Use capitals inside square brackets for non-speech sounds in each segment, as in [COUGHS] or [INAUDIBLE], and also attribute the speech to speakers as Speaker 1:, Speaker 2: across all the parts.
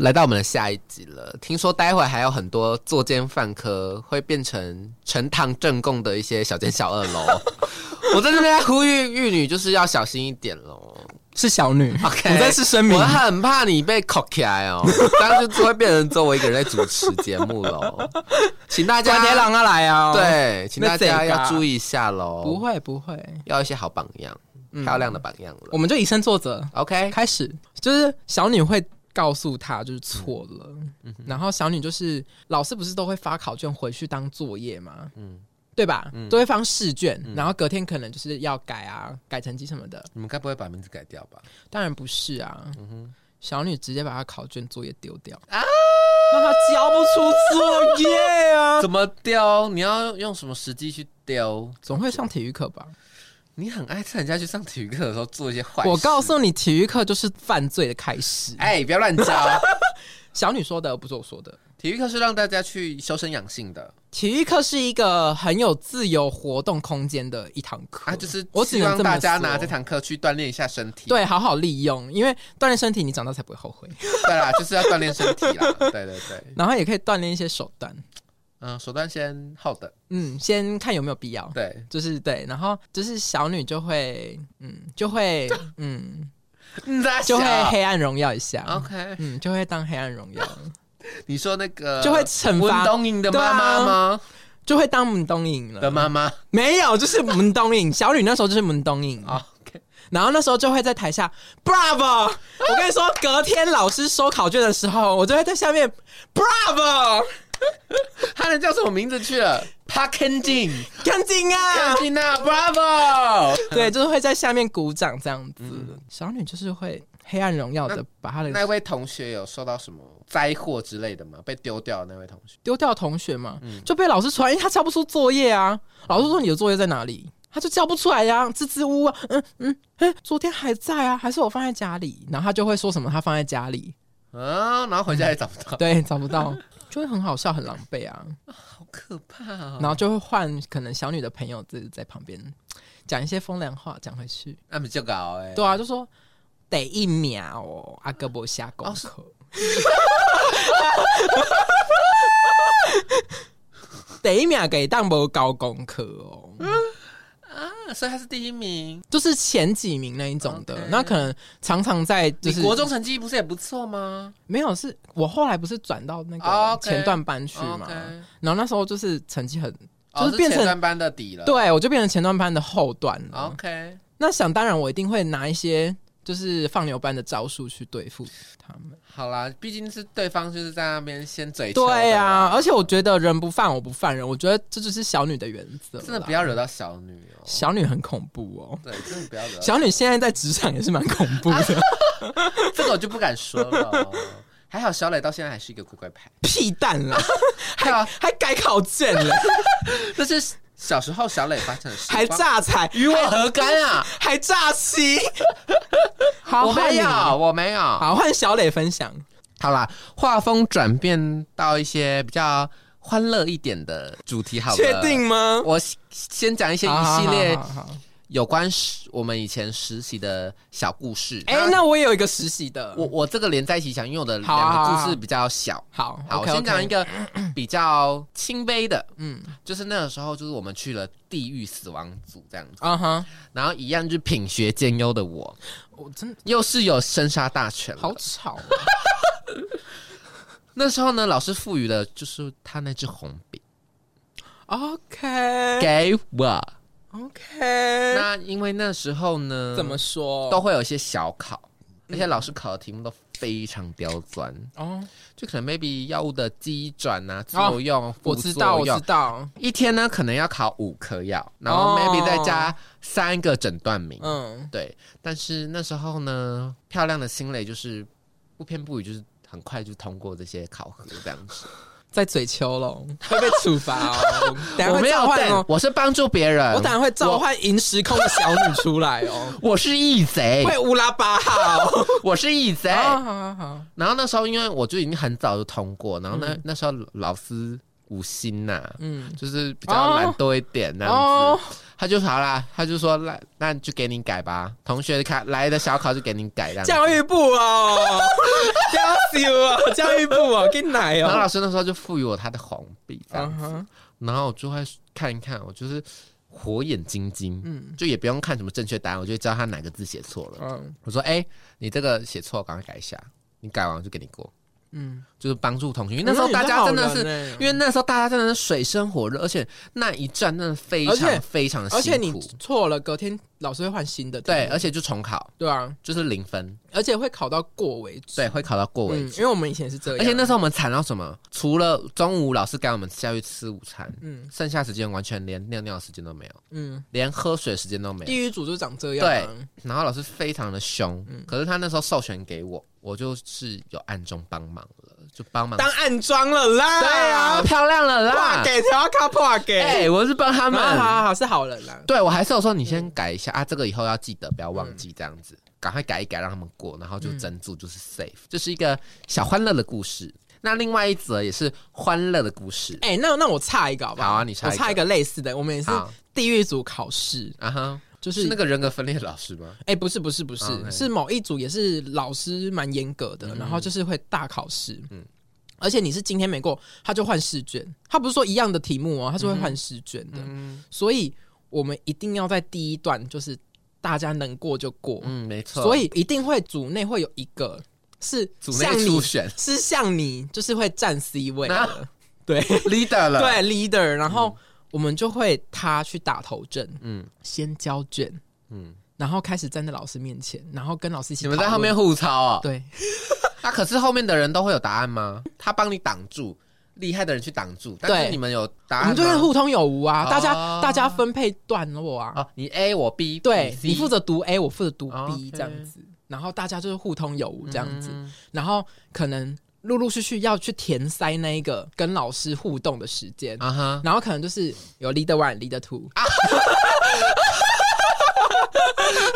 Speaker 1: 来到我们的下一集了。听说待会还有很多作奸犯科会变成呈堂证供的一些小奸小恶喽。 [LAUGHS] 我在这边呼吁玉女就是要小心一点喽。
Speaker 2: 是小女
Speaker 1: [LAUGHS] OK，
Speaker 2: 我在是声明
Speaker 1: 我，很怕你被扣起来 [LAUGHS] 哦，当然就会变成只有我一个人在主持节目 [LAUGHS] 喽。请大家
Speaker 2: 关铁狼要来啊！，
Speaker 1: 对，请大家
Speaker 2: 那这个
Speaker 1: 要注意一嗯下喽。
Speaker 2: 不，会不会，
Speaker 1: 要一些好榜样，漂亮的榜样了。
Speaker 2: 我们就以身作则。
Speaker 1: OK，
Speaker 2: 开始就是小女会告诉他就是错了，然后小女就是老师不是都会发考卷回去当作业吗？嗯，对吧？都会放试卷，然后隔天可能就是要改啊，改成绩什么的。
Speaker 1: 你们该不会把名字改掉吧？嗯
Speaker 2: 当然不是啊，小女直接把她考卷作业丢掉啊，让她交不出作业啊，
Speaker 1: 怎么丢？你要用什么时机去丢？
Speaker 2: 总会上体育课吧？
Speaker 1: 你很爱趁人家去上体育课的时候做一些坏事。
Speaker 2: 我告，诉你，体育课就是犯罪的开始。
Speaker 1: 哎、不要乱教。
Speaker 2: 小女说的，不是我说的。
Speaker 1: [LAUGHS] 体育课是让大家去修身养性的，
Speaker 2: 体育课是一个很有自由活动空间的一堂课
Speaker 1: 啊，就是
Speaker 2: 我只
Speaker 1: 希
Speaker 2: 能
Speaker 1: 望
Speaker 2: 这么
Speaker 1: 大家拿
Speaker 2: 说
Speaker 1: 这堂课去锻炼一下身体。
Speaker 2: 对好好利用，因为锻炼身体，你长大才不会后悔，
Speaker 1: 对
Speaker 2: [LAUGHS]
Speaker 1: 啦，就是要锻炼身体啦。对对对，
Speaker 2: 然后也可以锻炼一些手段。
Speaker 1: 嗯，手段先好的，
Speaker 2: 嗯，先看有没有必要，
Speaker 1: 对，
Speaker 2: 就是对，然后就是小女就会，嗯，就会，嗯，
Speaker 1: 嗯，大家
Speaker 2: 就会黑暗荣耀一下，
Speaker 1: OK。
Speaker 2: 嗯，就会当黑暗荣耀，
Speaker 1: 你说那个
Speaker 2: 就会惩
Speaker 1: 文
Speaker 2: 罚，啊
Speaker 1: 东颖的妈妈吗？
Speaker 2: 就会当门东影
Speaker 1: 的
Speaker 2: 了。
Speaker 1: 妈妈
Speaker 2: 没有，就是门东影，小女那时候就是门东影
Speaker 1: 啊，OK，
Speaker 2: 然后那时候就会在台下 Bravo！我跟你说，隔天老师收考卷的时候，我就会在下面 Bravo！
Speaker 1: 他能叫什么名字去了 p a r k i n g i
Speaker 2: [LAUGHS]
Speaker 1: n
Speaker 2: 干
Speaker 1: [LAUGHS]
Speaker 2: 净啊！
Speaker 1: 看 i n a Bravo。
Speaker 2: 对，就是会在下面鼓掌这样子。小女就是会黑暗荣耀的把她
Speaker 1: 嗯那
Speaker 2: 的
Speaker 1: 位同学有受到什么灾祸之类的吗？被丢掉的那位同学，
Speaker 2: 丢掉同学嘛，
Speaker 1: 嗯
Speaker 2: 就被老师传，因为她交不出作业啊。老师说你的作业在哪里？她就交不出来呀、支支吾吾啊，嗯嗯，哎，昨天还在啊，还是我放在家里。然后她就会说什么她放在家里，
Speaker 1: 啊，然后回家也找不到，
Speaker 2: 对，找不到，就会很好笑，很狼狈啊。
Speaker 1: 好可怕哦。
Speaker 2: 然后就会换可能小女的朋友自己在旁边讲一些风凉话，讲回去。
Speaker 1: 那么就搞哎，
Speaker 2: 对啊，就说得一秒哦，阿哥不下功课。
Speaker 1: 哦
Speaker 2: [LAUGHS] 得一秒给当不高功课哦，
Speaker 1: 啊，所以他是第一名。
Speaker 2: 就是前几名那一种的
Speaker 1: OK，
Speaker 2: 那可能常常在就
Speaker 1: 你
Speaker 2: 是
Speaker 1: 国中成绩不是也不错吗
Speaker 2: 没有，是我后来不是转到那
Speaker 1: 哦，OK
Speaker 2: 个前段班去嘛，
Speaker 1: ？OK，
Speaker 2: 然后那时候就是成绩很，
Speaker 1: 哦
Speaker 2: 就是变成
Speaker 1: 前段班的底了。
Speaker 2: 对我就变成前段班的后段了。
Speaker 1: ，OK，
Speaker 2: 那想当然，我一定会拿一些就是放牛班的招数去对付他们。
Speaker 1: 好啦，毕竟是对方就是在那边先嘴球的啦
Speaker 2: 对啊呀、而且我觉得人不犯我不犯人，我觉得这就是小女的原则啦。
Speaker 1: 真的不要惹到小女哦。
Speaker 2: 小女很恐怖哦，
Speaker 1: 对，真的不要惹到。
Speaker 2: 小女现在在职场也是蛮恐怖
Speaker 1: [LAUGHS]
Speaker 2: 的，
Speaker 1: 这个我就不敢说了哦。还好小磊到现在还是一个乖乖牌。
Speaker 2: 屁蛋啦，
Speaker 1: [LAUGHS] 对啊
Speaker 2: 还还改考
Speaker 1: [LAUGHS]
Speaker 2: 卷了，
Speaker 1: 这是小时候小磊发生的事，
Speaker 2: 还榨菜，
Speaker 1: 与我何干啊？
Speaker 2: 还榨妻。好，
Speaker 1: 我没有
Speaker 2: 换你，
Speaker 1: 我没有。好
Speaker 2: 好换小磊分享。
Speaker 1: 啦，画风转变到一些比较欢乐一点的主题好了。
Speaker 2: 确？定吗？
Speaker 1: 我先先讲一些一系列
Speaker 2: 好好好好好
Speaker 1: 有关实我们以前实习的小故事。
Speaker 2: 哎、那我也有一个实习的，
Speaker 1: 我我这个连在一起讲，因为我的
Speaker 2: 好啊好
Speaker 1: 两
Speaker 2: 啊
Speaker 1: 个故事比较小。
Speaker 2: 好
Speaker 1: 好，我
Speaker 2: OK，
Speaker 1: 先讲一
Speaker 2: [COUGHS]
Speaker 1: 个比较轻微的，
Speaker 2: 嗯
Speaker 1: 就是那个时候，就是我们去了地狱死亡组这样子，
Speaker 2: 啊哈，
Speaker 1: 然后一样就是品学兼优的我，
Speaker 2: 我真的
Speaker 1: 又是有生杀大权了
Speaker 2: 好吵、啊。
Speaker 1: 那时候呢，老师赋予了就是他那支红笔
Speaker 2: 啊 [LAUGHS] OK
Speaker 1: 给我。
Speaker 2: OK，
Speaker 1: 那因为那时候呢，
Speaker 2: 怎么说？嗯
Speaker 1: 都会有一些小考，而且老师考的题目都非常刁钻，
Speaker 2: 哦，
Speaker 1: 就可能 maybe 药物的机转啊、作用、
Speaker 2: 哦我
Speaker 1: 副
Speaker 2: 知
Speaker 1: 作
Speaker 2: 道，我
Speaker 1: 用
Speaker 2: 知道，
Speaker 1: 一天呢可能要考五颗药，然后
Speaker 2: 哦
Speaker 1: maybe 再加三个诊断名。
Speaker 2: 嗯，
Speaker 1: 对，但是那时候呢，漂亮的心蕾就是不偏不倚，就是很快就通过这些考核这样子。
Speaker 2: 在嘴丘喽，会被处罚 [LAUGHS] 哦。等下
Speaker 1: 我
Speaker 2: 会
Speaker 1: 没有
Speaker 2: 召唤
Speaker 1: 等
Speaker 2: 哦，，
Speaker 1: 我是帮助别人，
Speaker 2: 我等下会召唤银时空的小女出来哦，哎
Speaker 1: 我是义
Speaker 2: [LAUGHS]
Speaker 1: 贼，
Speaker 2: 会哦乌拉巴哈哦。
Speaker 1: 我是义贼。
Speaker 2: 好好好，
Speaker 1: 然后那时候因为我就已经很早就通过，然后那、那时候老师五星呐、
Speaker 2: 嗯，
Speaker 1: 就是比较懒惰一点那样子，
Speaker 2: 哦，
Speaker 1: 他就好啦，他就说那那就给你改吧，
Speaker 2: [LAUGHS]
Speaker 1: 同学看来的小考就给你改这样子。
Speaker 2: 教育部哦，要死我，一步哦，给奶
Speaker 1: 然后
Speaker 2: 哦。
Speaker 1: 老师那时候就赋予我他的红笔这样
Speaker 2: 嗯
Speaker 1: 子
Speaker 2: 哼，
Speaker 1: 然后我就会看一看，我就是火眼金睛，
Speaker 2: 嗯
Speaker 1: 就也不用看什么正确答案，我就会知道他哪个字写错了。
Speaker 2: 嗯
Speaker 1: 我说：“哎、你这个写错，赶快改一下。你改完我就给你过，
Speaker 2: 嗯，
Speaker 1: 就是帮助同学。因为那时候大家真的是，
Speaker 2: 是
Speaker 1: 因为那时候大家真的是水深火热，而且那一战真的非
Speaker 2: 而且
Speaker 1: 常非常的辛苦。
Speaker 2: 而且你错了，隔天老师会换新的题目。
Speaker 1: 对，而且就重考，
Speaker 2: 对啊，
Speaker 1: 就是零分，
Speaker 2: 而且会考到过为止。
Speaker 1: 对，会考到过为
Speaker 2: 嗯，
Speaker 1: 止。
Speaker 2: 因为我们以前是这
Speaker 1: 而
Speaker 2: 样。
Speaker 1: 且那时候我们惨到什么？除了中午老师赶我们下去吃午餐，
Speaker 2: 嗯
Speaker 1: 剩下时间完全连尿尿的时间都没有，
Speaker 2: 嗯，
Speaker 1: 连喝水的时间都没有
Speaker 2: 地。狱组就长这样啊。
Speaker 1: 然后老师非常的凶，
Speaker 2: 嗯
Speaker 1: 可是他那时候授权给我，我就是有暗中帮忙了，就帮忙。
Speaker 2: 当暗装了啦。
Speaker 1: 对啊，，漂亮了
Speaker 2: 怕
Speaker 1: 啦！
Speaker 2: 给条卡怕给。
Speaker 1: 哎、我是帮他
Speaker 2: 好
Speaker 1: 们。
Speaker 2: 啊好好好，是好人啦。
Speaker 1: 对，嗯我还是有说你先改一下、啊，这个以后要记得，不要忘记这样子，赶快改一改，让他们过，然后就整组就是 safe，、这是一个小欢乐的故事。那另外一则也是欢乐的故事，
Speaker 2: 哎、那那我差一个好不好？
Speaker 1: 好啊你插一
Speaker 2: 我
Speaker 1: 个
Speaker 2: 差一个类似的，我们也是
Speaker 1: 好
Speaker 2: 地狱组考试，
Speaker 1: 啊哈，
Speaker 2: 就是是
Speaker 1: 那个人格分裂的老师吗？
Speaker 2: 哎、不是不是不是，
Speaker 1: OK
Speaker 2: 是某一组也是老师蛮严格的，然后就是会大考试，嗯
Speaker 1: 嗯，
Speaker 2: 而且你是今天没过，他就换试卷，他不是说一样的题目哦，他是会换试卷的，
Speaker 1: 嗯
Speaker 2: 所以我们一定要在第一段就是大家能过就过，
Speaker 1: 嗯，没错。
Speaker 2: 所以一定会组内会有一个是
Speaker 1: 组
Speaker 2: 像
Speaker 1: 内
Speaker 2: 你
Speaker 1: 初选 [LAUGHS]
Speaker 2: 是像你就是会占 C 位的
Speaker 1: 啊，
Speaker 2: 对
Speaker 1: leader 了，，
Speaker 2: 对 leader，然后我们就会他去打头阵，
Speaker 1: 嗯
Speaker 2: 先交卷。
Speaker 1: 嗯，
Speaker 2: 然后开始站在老师面前，然后跟老师一起。
Speaker 1: 你们在后面？互抄啊、
Speaker 2: 对，
Speaker 1: 那啊可是后面的人都会有答案吗？他帮你挡住，厉害的人去挡住，但
Speaker 2: 对
Speaker 1: 是你们有答
Speaker 2: 我
Speaker 1: 案吗？啊
Speaker 2: 们就是互通有无啊，
Speaker 1: 哦
Speaker 2: 大家大家分配段落啊。
Speaker 1: 哦，你 A 我 B，
Speaker 2: 对
Speaker 1: 你
Speaker 2: 你负
Speaker 1: 责
Speaker 2: 责读 A，我负责读
Speaker 1: 哦
Speaker 2: B，
Speaker 1: ，OK
Speaker 2: 这样子，然后大家就是互通有无这
Speaker 1: 嗯
Speaker 2: 样子，然后可能陆陆续续要去填塞那一个跟老师互动的时间，
Speaker 1: 啊哈，
Speaker 2: 然后可能就是有 leader one、leader two，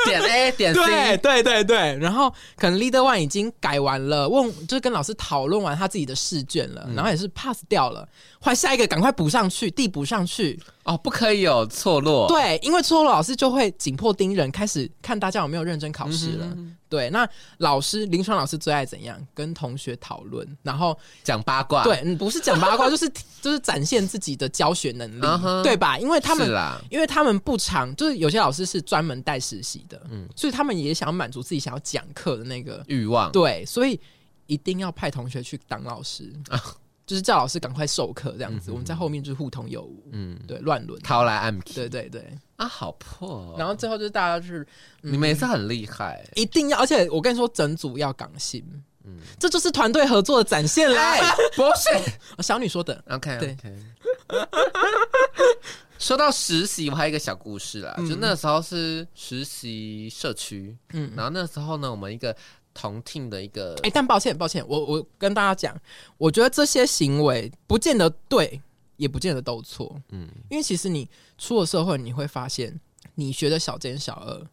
Speaker 1: 点 A 点
Speaker 2: 对
Speaker 1: C，
Speaker 2: 对对对，然后可能 leader one 已经改完了，问就是跟老师讨论完他自己的试卷了，然后也是 pass 掉了，换下一个赶快补上去，递补上去。
Speaker 1: 哦，不可以有错落，
Speaker 2: 对，因为错了，老师就会紧迫盯人，开始看大家有没有认真考试了。对，那老师林爽老师最爱怎样？跟同学讨论，然后
Speaker 1: 讲八卦，
Speaker 2: 对，嗯不是讲八卦，就是 [LAUGHS] 就是展现自己的教学能力
Speaker 1: 嗯哼
Speaker 2: 对吧？因为他们
Speaker 1: 是啊啦，
Speaker 2: 因为他们不常，就是有些老师是专门带实习的，嗯，所以他们也想要满足自己想要讲课的那个，
Speaker 1: 欲望，
Speaker 2: 对，所以一定要派同学去当老师，
Speaker 1: 啊
Speaker 2: 就是叫老师赶快授课这样子。我们在后面就是互通有无，
Speaker 1: 嗯，
Speaker 2: 对，乱伦，
Speaker 1: 掏来暗器
Speaker 2: 对对对。
Speaker 1: 啊，好破哦，嗯
Speaker 2: 然后最后就是大家就是
Speaker 1: 你们也是很厉害，
Speaker 2: 一定要，而且我跟你说，整组要港星，嗯，这就是团队合作的展现 [LAUGHS] 啦。
Speaker 1: 哎不是
Speaker 2: 小女说的，
Speaker 1: ，OK
Speaker 2: 嗯对
Speaker 1: OK。说到实习，我还有一个小故事啦，就那时候是实习社区，
Speaker 2: 嗯
Speaker 1: 嗯，然后那时候呢，我们一个同听的一个
Speaker 2: 哎、但抱歉，抱歉，我我跟大家讲，我觉得这些行为不见得对，也不见得都错，嗯
Speaker 1: 嗯，
Speaker 2: 因为其实你出了社会，你会发现，你学的小奸小恶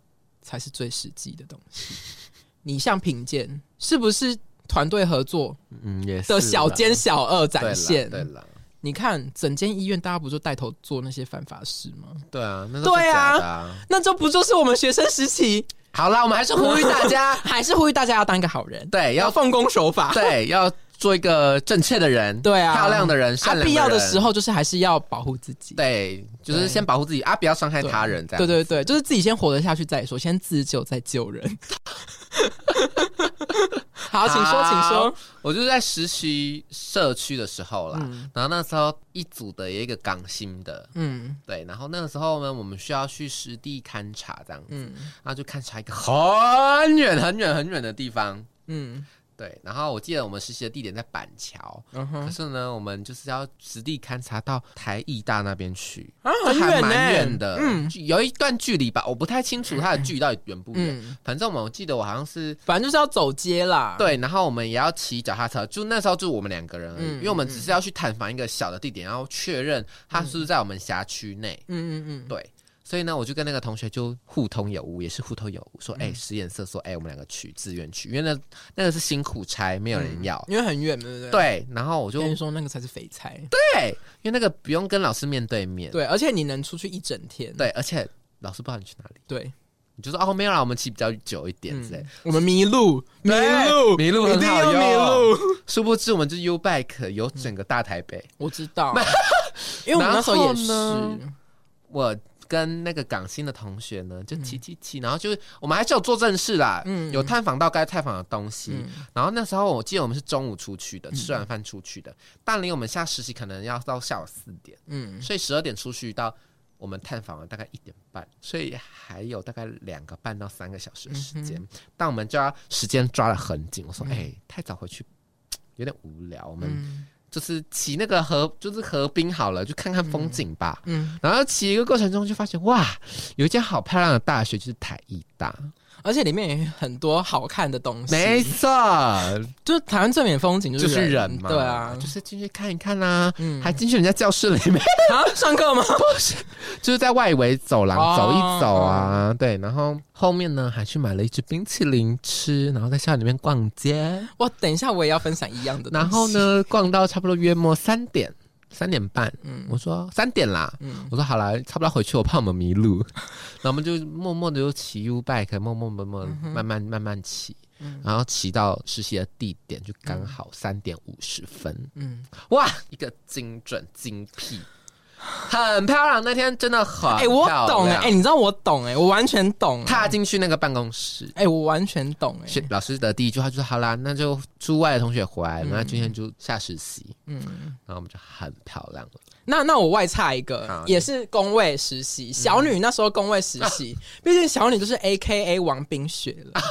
Speaker 2: 才是最实际的东西。
Speaker 1: [LAUGHS]
Speaker 2: 你像品鉴，是不是团队合作
Speaker 1: 嗯，也
Speaker 2: 的小
Speaker 1: 啦
Speaker 2: 奸小恶
Speaker 1: 对
Speaker 2: 展
Speaker 1: 啦
Speaker 2: 现？
Speaker 1: 对啦，
Speaker 2: 你看，整间医院大家不就带头做那些犯法事吗？
Speaker 1: 对啊，那
Speaker 2: 对啊
Speaker 1: 啊。
Speaker 2: 那这不就是我们学生时期？
Speaker 1: 好啦，我们还是呼吁大
Speaker 2: [LAUGHS]
Speaker 1: 家，
Speaker 2: 还是呼吁大家要当一个好人，
Speaker 1: 对，
Speaker 2: 要
Speaker 1: 要
Speaker 2: 奉公
Speaker 1: [LAUGHS]
Speaker 2: 守法。
Speaker 1: 对，要做一个正确的 [LAUGHS] 人，
Speaker 2: 对啊
Speaker 1: 漂亮的人，
Speaker 2: 啊
Speaker 1: 善，良
Speaker 2: 必要的
Speaker 1: 人
Speaker 2: 时，候就是还是要保护自己。
Speaker 1: 对，就是
Speaker 2: 对
Speaker 1: 先保护自己啊，不要伤害他人，这样
Speaker 2: 对对对，就是自己先活得下去再说，先自救再救人。 [LAUGHS] 好，请说，请说。
Speaker 1: 我就是在实习社区的时候啦，然后那时候一组的有一个港星的，
Speaker 2: 嗯
Speaker 1: 对，然后那个时候呢，我们需要去实地勘察这样子，
Speaker 2: 嗯
Speaker 1: 然后就勘察一个很远很远很远的地方，
Speaker 2: 嗯
Speaker 1: 对，然后我记得我们实习的地点在板桥，
Speaker 2: 嗯
Speaker 1: 可
Speaker 2: 哼，
Speaker 1: 是呢，我们就是要实地勘察到台艺大那边去，
Speaker 2: 啊，
Speaker 1: 这
Speaker 2: 很
Speaker 1: 还
Speaker 2: 远呢、
Speaker 1: 蛮远的，
Speaker 2: 嗯
Speaker 1: 嗯，有一段距离吧，我不太清楚它的距离到底远不远。
Speaker 2: 嗯，
Speaker 1: 反正我们我记得我好像是
Speaker 2: 反正就是要走街啦。，
Speaker 1: 对，然后我们也要骑脚踏车，就那时候就我们两个人而已，
Speaker 2: 嗯
Speaker 1: 因为我们只是要去探访一个小的地点，然后确认它是不是在我们辖区内。
Speaker 2: 嗯嗯嗯，
Speaker 1: 对，所以呢，我就跟那个同学就互通有无，也是互通有无，说哎、
Speaker 2: 嗯
Speaker 1: 实验色说哎、我们两个去自愿去，因为那那个是辛苦差，没有人要。
Speaker 2: 因为很远，嗯对不对？，啊
Speaker 1: 对，然后我就
Speaker 2: 跟你说那个才是肥菜。
Speaker 1: 对，因为那个不用跟老师面对面，
Speaker 2: 对，而且你能出去一整天。
Speaker 1: 对，而且老师不知道你去哪里。
Speaker 2: 对，
Speaker 1: 你你就说哦没有啦，我们骑比较久一
Speaker 2: 嗯
Speaker 1: 点之类。
Speaker 2: 我们迷路，迷
Speaker 1: 对
Speaker 2: 路，
Speaker 1: 迷路
Speaker 2: 一
Speaker 1: 很
Speaker 2: 定
Speaker 1: 好
Speaker 2: 要迷
Speaker 1: 用
Speaker 2: 路。
Speaker 1: 殊不知我们就是 U Bike 有整个大台北，
Speaker 2: 我知
Speaker 1: [LAUGHS]
Speaker 2: 道，因为我们那时候也
Speaker 1: 然后
Speaker 2: 是
Speaker 1: 呢，我跟那个港星的同学呢，就骑骑骑，然后就是我们还是有做正事啦，
Speaker 2: 嗯
Speaker 1: 有探访到该探访的东西。
Speaker 2: 嗯
Speaker 1: 然后那时候我记得我们是中午出去的，吃完饭出去的，但离我们下实习可能要到下午四点，
Speaker 2: 嗯，
Speaker 1: 所以十二点出去到我们探访了大概一点半，所以还有大概两个半到三个小时的时
Speaker 2: 嗯
Speaker 1: 间，但我们就要时间抓得很紧。我说，哎、太早回去。有点无聊，我们
Speaker 2: 嗯
Speaker 1: 就是骑那个河，就是河滨好了，就看看风景吧。
Speaker 2: 嗯，
Speaker 1: 然后骑一个过程中就发现，哇，有一间好漂亮的大学，就是台艺大。
Speaker 2: 而且里面也很多好看的东西，
Speaker 1: 没
Speaker 2: [LAUGHS]
Speaker 1: 错，
Speaker 2: 就是台湾最美的风景
Speaker 1: 就是是
Speaker 2: 人
Speaker 1: 人嘛，
Speaker 2: 对啊
Speaker 1: 就，是进去看一看啦、
Speaker 2: 嗯
Speaker 1: 还进去人家教室里面， [LAUGHS]
Speaker 2: 啊，上课吗？
Speaker 1: 就是在外围走廊
Speaker 2: 哦
Speaker 1: 走一走啊，对，然后后面呢还去买了一支冰淇淋吃，然后在校园里面逛街，
Speaker 2: 我等一下我也要分享一样的，
Speaker 1: 然后？
Speaker 2: [LAUGHS]
Speaker 1: 呢逛到差不多约莫三点三点半，
Speaker 2: 嗯
Speaker 1: 我说三点啦，
Speaker 2: 嗯
Speaker 1: 我说好啦，差不多回去，我怕我们迷
Speaker 2: [LAUGHS]
Speaker 1: 路，然后我们就默默的就骑 U bike，默默默
Speaker 2: 嗯
Speaker 1: 默慢慢慢慢骑，然后骑到实习的地点就刚好三点五十分，
Speaker 2: 嗯，
Speaker 1: 哇，一个精准精辟，很漂亮，那天真的很
Speaker 2: 哎、我
Speaker 1: 啊漂
Speaker 2: 懂哎、
Speaker 1: 亮
Speaker 2: 哎、你知道我懂哎、我完全懂、
Speaker 1: 踏进去那个办公室。
Speaker 2: 哎、我完全懂哎、
Speaker 1: 学老师的第一句话就是：“好啦，那就出外的同学回来，那今天就下实习。”
Speaker 2: 嗯，
Speaker 1: 然后我们就很漂亮了。
Speaker 2: 那那我外差一个
Speaker 1: 好，
Speaker 2: 也是工位实习，小女那时候工位实习， [LAUGHS] 毕、竟小女就是 A K A 王冰雪了。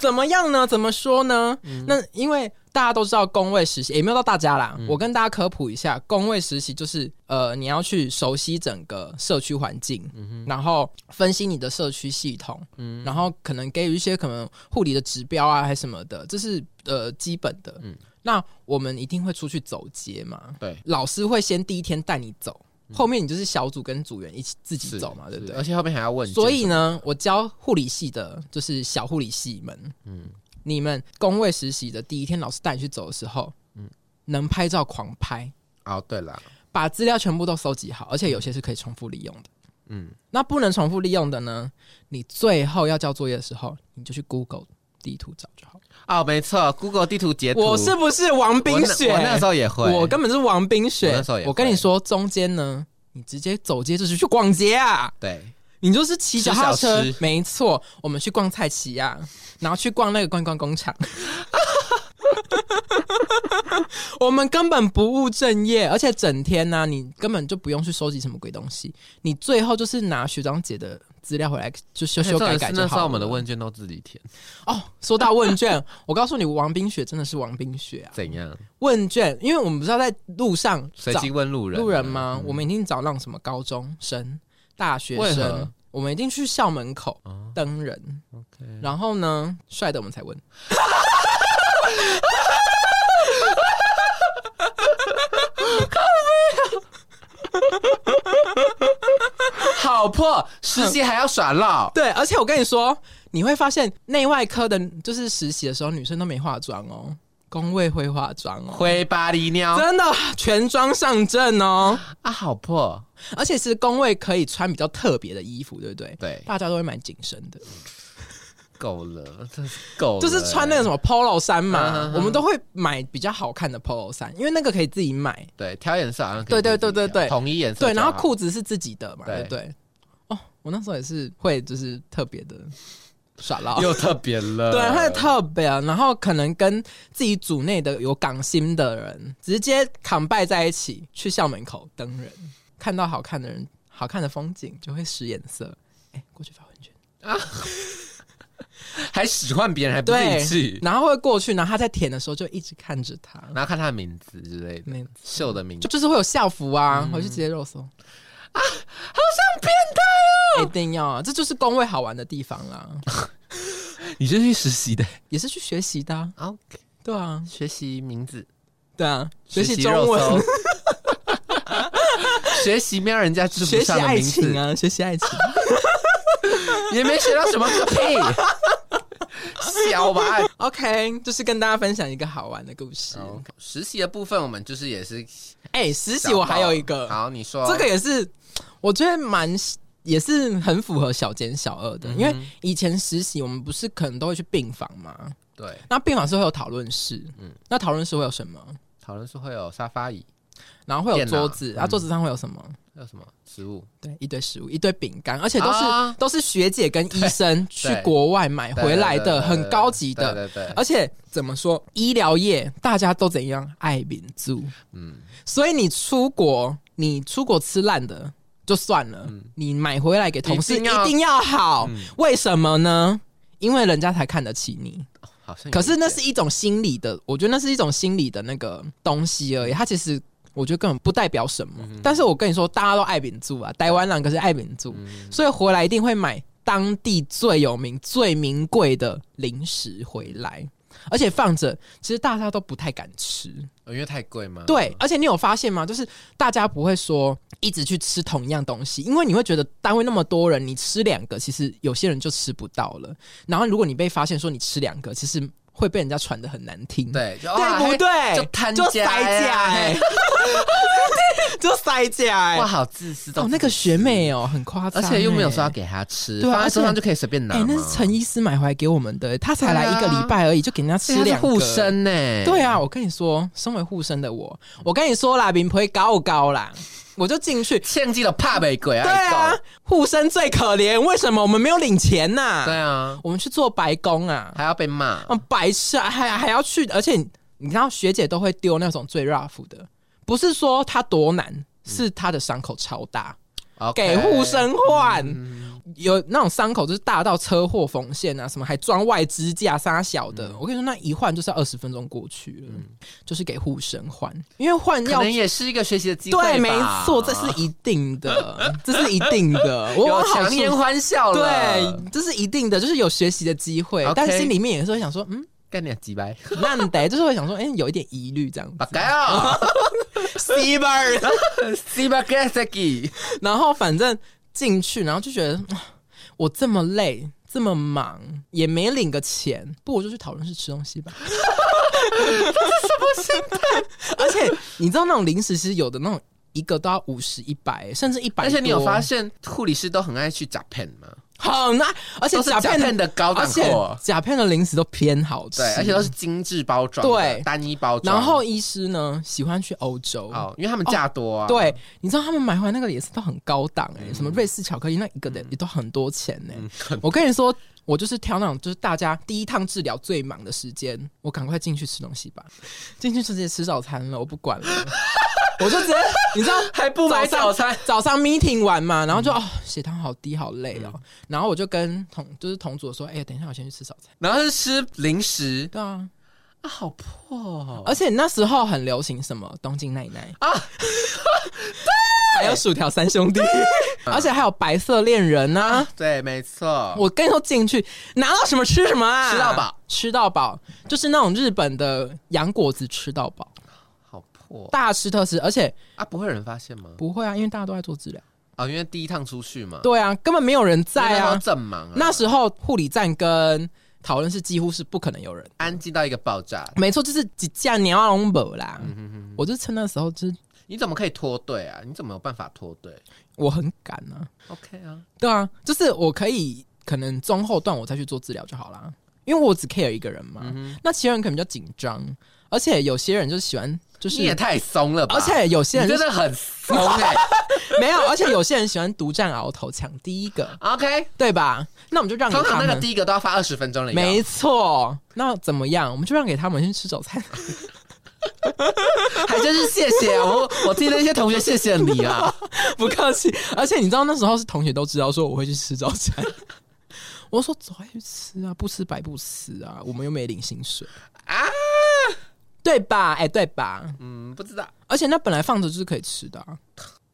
Speaker 2: 怎么样呢？怎么说呢？那因为大家都知道工位实习，也没有到大家啦。我跟大家科普一下，工位实习就是呃，你要去熟悉整个社区环境，然后分析你的社区系统，然后可能给予一些可能护理的指标啊，还是什么的，这是呃基本的。那我们一定会出去走街嘛，
Speaker 1: 对，
Speaker 2: 老师会先第一天带你走，后面你就是小组跟组员一起自己
Speaker 1: 嗯是
Speaker 2: 走嘛，对不
Speaker 1: 是
Speaker 2: 对
Speaker 1: 而？且后面还要问卷，
Speaker 2: 所以呢，我教护理系的，就是小护理系们，嗯，你们工位实习的第一天，老师带你去走的时候，嗯，能拍照狂拍，
Speaker 1: 哦，对了，
Speaker 2: 把资料全部都收集好，而且有些是可以重复利用的。
Speaker 1: 嗯，
Speaker 2: 那不能重复利用的呢，你最后要交作业的时候，你就去 Google 地图找就好。
Speaker 1: 哦，没错，Google 地图截图，
Speaker 2: 我是不是王冰雪？
Speaker 1: 哎我那我那时候也会，
Speaker 2: 我根本是王冰
Speaker 1: 我
Speaker 2: 雪
Speaker 1: 那时候也。会
Speaker 2: 我跟你说，中间呢，你直接走街就是去逛街啊，
Speaker 1: 对
Speaker 2: 你就是骑脚踏车
Speaker 1: 吃小吃，
Speaker 2: 没错，我们去逛菜奇亚，然后去逛那个观光工厂。 [LAUGHS] 我们根本不务正业，而且整天呢、你根本就不用去收集什么鬼东西，你最后就是拿学长姐的资料回来就修修改改
Speaker 1: 那
Speaker 2: 就
Speaker 1: 时
Speaker 2: 好了。
Speaker 1: 候我们的问卷都自己填，
Speaker 2: 哦，说到问卷，我告诉你，王冰雪真的是王冰雪啊！
Speaker 1: 怎样？
Speaker 2: 问卷，因为我们不是要在
Speaker 1: [LAUGHS]
Speaker 2: 路上
Speaker 1: 随
Speaker 2: 找
Speaker 1: 机问路人，嗯
Speaker 2: 路人？吗？我们一定找那种什么高中生、大学
Speaker 1: 为
Speaker 2: 生
Speaker 1: 何，
Speaker 2: 我们一定去校门口
Speaker 1: 哦
Speaker 2: 登人。
Speaker 1: OK
Speaker 2: 然后呢，帅的我们才问。
Speaker 1: 哦好破，实习还要耍闹，
Speaker 2: 对，而且我跟你说，你会发现内外科的，就是实习的时候，女生都没化妆哦，工位会化妆哦，
Speaker 1: 灰巴黎妞
Speaker 2: 真的全妆上阵哦。
Speaker 1: 啊，好破，
Speaker 2: 而且其实工位可以穿比较特别的衣服，对不对？
Speaker 1: 对，
Speaker 2: 大家都会蛮紧身的，
Speaker 1: 够了，真是够了，
Speaker 2: 就是穿那个什么 polo 衫
Speaker 1: 哦嗯
Speaker 2: 嘛
Speaker 1: 嗯，嗯
Speaker 2: 我们都会买比较好看的 polo 衫，因为那个可以自己买。
Speaker 1: 对，挑颜色好像可以
Speaker 2: 对对
Speaker 1: 自己
Speaker 2: 对对
Speaker 1: 挑
Speaker 2: 对
Speaker 1: 统一颜色就好，
Speaker 2: 对，然后裤子是自己的嘛，对
Speaker 1: 对
Speaker 2: 不对？哦，我那时候也是会就是特别 [LAUGHS] 的耍闹，
Speaker 1: 又特别了，
Speaker 2: 对，会特别，啊然后可能跟自己组内的有港星的人直接扛拜在一起，去校门口登人，看到好看的人、好看的风景，就会使眼色，哎，过去发问卷，
Speaker 1: 还使唤别人，还不
Speaker 2: 对
Speaker 1: 自己，去，
Speaker 2: 然后会过去，然后他在舔的时候就一直看着他，
Speaker 1: 然后看他的名字之类的，
Speaker 2: 那
Speaker 1: 秀的名字
Speaker 2: 就，就是会有校服啊，回去直接肉搜啊，好像变态哦，一定要啊，这就是工位好玩的地方啊啦，
Speaker 1: 你是去实习的
Speaker 2: 也是去学习的、啊，
Speaker 1: ，OK，
Speaker 2: 对啊，
Speaker 1: 学习名字。
Speaker 2: 对啊，学
Speaker 1: 学
Speaker 2: 习
Speaker 1: 习
Speaker 2: 中文，，
Speaker 1: [LAUGHS]
Speaker 2: [LAUGHS]
Speaker 1: 学习没有人家知
Speaker 2: 学
Speaker 1: 不
Speaker 2: 习
Speaker 1: 上的
Speaker 2: 爱
Speaker 1: 名字
Speaker 2: 情，啊， [LAUGHS] 学习爱情。
Speaker 1: 也没学到什么个
Speaker 2: [LAUGHS]
Speaker 1: 屁，小吧。
Speaker 2: OK，就是跟大家分享一个好玩的故事。
Speaker 1: 实习的部分，我们就是也是
Speaker 2: 哎、实
Speaker 1: 实
Speaker 2: 习我还有一个，
Speaker 1: 好，你说啊
Speaker 2: 这个也是我觉得蛮也是很符合小奸小恶
Speaker 1: 嗯
Speaker 2: 的，因为以前实习我们不是可能都会去病房嘛，
Speaker 1: 对，
Speaker 2: 那病房是会有讨论室，嗯，那讨论室会有什么？
Speaker 1: 讨论是会有沙发椅，
Speaker 2: 然后会有
Speaker 1: 电脑嗯
Speaker 2: 桌子，然后桌子上会有什么？
Speaker 1: 还有什么食物？
Speaker 2: 对，一堆食物，一堆饼干，而且都是、
Speaker 1: 啊
Speaker 2: 都是学姐跟医生
Speaker 1: [LAUGHS]
Speaker 2: 去
Speaker 1: 对
Speaker 2: 国外买回来
Speaker 1: 对对
Speaker 2: 的，
Speaker 1: 对
Speaker 2: 很高级的。
Speaker 1: 对对对，
Speaker 2: 而且怎么说，医疗业大家都怎样爱民族，
Speaker 1: 嗯，
Speaker 2: 所以你出国，你出国吃烂的就算了，你买回来给同事
Speaker 1: 嗯一定
Speaker 2: 一
Speaker 1: 要
Speaker 2: 定要好，
Speaker 1: 嗯
Speaker 2: 为什么呢？因为人家才看得起你。
Speaker 1: 好像有一点。
Speaker 2: 呃可是那是一种心理的，我觉得那是一种心理的那个东西而已。它其实我觉得根本不代表什么。但是我跟你说，大家都爱饼柱啊，台湾人可是爱饼柱，所以回来一定会买当地最有名、最名贵的零食回来。而且放着，其实大家都不太敢吃。
Speaker 1: 哦因为太贵吗？
Speaker 2: 对，而且你有发现吗？就是大家不会说一直去吃同样东西，因为你会觉得单位那么多人，你吃两个，其实有些人就吃不到了。然后如果你被发现说你吃两个，其实会被人家传的很难听，
Speaker 1: 对，就哇
Speaker 2: 对不对？
Speaker 1: 就贪
Speaker 2: 就
Speaker 1: 家
Speaker 2: 塞
Speaker 1: [LAUGHS]
Speaker 2: 假、
Speaker 1: 呀
Speaker 2: 欸，就塞假、欸。
Speaker 1: 哇，好自私！
Speaker 2: 哦，那个学妹哦，很夸张
Speaker 1: 而
Speaker 2: 欸、
Speaker 1: 且又没有说要给她吃，
Speaker 2: 对啊
Speaker 1: 放在桌
Speaker 2: 而
Speaker 1: 上
Speaker 2: 且
Speaker 1: 就可以随便拿
Speaker 2: 哎、
Speaker 1: 吗。啊
Speaker 2: 那是陈医师买回来给我们的欸、他才来一个礼拜而已，就给人家
Speaker 1: 所以她
Speaker 2: 吃
Speaker 1: 是
Speaker 2: 两个
Speaker 1: 护欸生呢、
Speaker 2: 对啊，我跟你说，身为护生的我，我跟你说啦，名牌高高啦，我就
Speaker 1: [LAUGHS]
Speaker 2: 进去。
Speaker 1: 献祭了怕被鬼啊！
Speaker 2: 对啊，护生最可怜，为什么我们没有领钱呐、
Speaker 1: 对啊，
Speaker 2: 我们去做白工啊，
Speaker 1: 还要被骂。
Speaker 2: 啊，白痴啊，还还要去，而且你你知道学姐都会丢那种最 rough 的，不是说她多
Speaker 1: 嗯
Speaker 2: 难，是她的伤口超大，
Speaker 1: OK
Speaker 2: 给护生换。
Speaker 1: 嗯
Speaker 2: 有那种伤口就是大到车祸缝线啊，什么还装外支架、杀小的。
Speaker 1: 嗯
Speaker 2: 我跟你说，那一换就是二十分钟过去了，就是给护生换，因为换
Speaker 1: 可
Speaker 2: 药
Speaker 1: 能也是一个学习的机会吧。
Speaker 2: 对，没错，这是一
Speaker 1: [LAUGHS]
Speaker 2: 定的，这是一定的。我
Speaker 1: 有
Speaker 2: 往好
Speaker 1: 强
Speaker 2: 处
Speaker 1: 颜欢笑了。
Speaker 2: 对，，这是一定的，就是有学习的机会
Speaker 1: OK
Speaker 2: 但心里面也是会想说，嗯，
Speaker 1: 干你啊几百， [LAUGHS]
Speaker 2: 那你得就是会想说，哎、有一点疑虑这样
Speaker 1: 八改啊，
Speaker 2: [LAUGHS] 西班牙，
Speaker 1: 几百改塞给。
Speaker 2: 然后反正进去，然后就觉得嗯我这么累，这么忙，也没领个钱，不如就去讨论室吃东西吧。 [LAUGHS] 这是什么心态？而且 [LAUGHS] 你知道那种零食，其实有的那种一个都要五十、一百，欸甚至一百。
Speaker 1: 而且你有发现护理师都很爱去假片吗？
Speaker 2: 好那，而且
Speaker 1: 都是
Speaker 2: 甲
Speaker 1: 假
Speaker 2: 片
Speaker 1: 片的高
Speaker 2: 而
Speaker 1: 档
Speaker 2: 且
Speaker 1: 货，
Speaker 2: 甲片的零食都偏好吃，
Speaker 1: 对，而且都是精致包装的，
Speaker 2: 对
Speaker 1: 单一包装。
Speaker 2: 然后医师呢喜欢去欧洲。
Speaker 1: 哦，因为他们价多啊，，
Speaker 2: 对，你知道他们买回来那个也是都很高档哎、什么瑞士巧克力那一个的也都很多钱呢、我跟你说，我就是挑那种就是大家第一趟治疗最忙的时间，我赶快进去吃东西吧， [LAUGHS] 进去直接吃早餐了，我不 [LAUGHS] 管了，我就直接你知道
Speaker 1: 还不买早
Speaker 2: 早上
Speaker 1: 餐，
Speaker 2: 早上 meeting 完嘛，然后就、哦血糖好低好累哦，然后我就跟同就是同组说，哎、等一下我先去吃早餐，
Speaker 1: 然后是吃零食
Speaker 2: 对啊，
Speaker 1: 啊，好破哦
Speaker 2: 而且那时候很流行什么东京奶奶啊， [LAUGHS] 还有薯条三兄弟， [LAUGHS] 而且还有白色恋人啊。
Speaker 1: 对，没错，
Speaker 2: 我跟你说，进去拿到什么吃什么啊，
Speaker 1: 啊吃到饱，
Speaker 2: 吃到饱，就是那种日本的洋果子吃到饱，
Speaker 1: 好破
Speaker 2: 大吃特吃，而且
Speaker 1: 啊，不会有人发现吗？
Speaker 2: 不会啊，因为大家都在做治疗，
Speaker 1: 啊，因为第一趟出去嘛，
Speaker 2: 对啊，根本没有人
Speaker 1: 因为那
Speaker 2: 在
Speaker 1: 时候
Speaker 2: 啊。
Speaker 1: 正忙啊，
Speaker 2: 那时候护理站跟讨论室几乎是不可能有人，
Speaker 1: 安静到一个爆炸，
Speaker 2: 没错，就是几架鸟笼堡啦。
Speaker 1: 嗯
Speaker 2: 我就趁那时候，就是
Speaker 1: 你怎么可以脱队啊？你怎么有办法脱队
Speaker 2: 我很赶啊，
Speaker 1: ？OK 啊，
Speaker 2: 对啊，就是我可以可能中后段我再去做治疗就好啦，因为我只 care 一个人嘛。
Speaker 1: 嗯
Speaker 2: 那其他人可能比较紧张，而且有些人就喜欢就
Speaker 1: 你也
Speaker 2: 是，
Speaker 1: 太松了吧，
Speaker 2: 而且有些
Speaker 1: 你
Speaker 2: 人就
Speaker 1: 真
Speaker 2: 是
Speaker 1: 的很松
Speaker 2: [LAUGHS]
Speaker 1: 哎
Speaker 2: 没有，而且有些人喜欢独占鳌头抢第一个，
Speaker 1: ，OK。
Speaker 2: 对吧？那我们就让给
Speaker 1: 通
Speaker 2: 他
Speaker 1: 常那
Speaker 2: 们。
Speaker 1: 个第一个都要发二十分钟了，
Speaker 2: 没错，那怎么样？我们就让给他们先吃早
Speaker 1: [LAUGHS]
Speaker 2: 餐。
Speaker 1: 还哎真是谢谢我，我替那些同学谢谢你
Speaker 2: [LAUGHS]
Speaker 1: 啊！
Speaker 2: 不客气。而且你知道那时候是同学都知道说我会去吃早餐， [LAUGHS] 我说走啊去吃啊，不吃白不吃啊，我们又没领薪水啊
Speaker 1: 啊，
Speaker 2: 对吧？哎、对吧？
Speaker 1: 嗯，不知道，
Speaker 2: 而且那本来放着就是可以吃的、啊，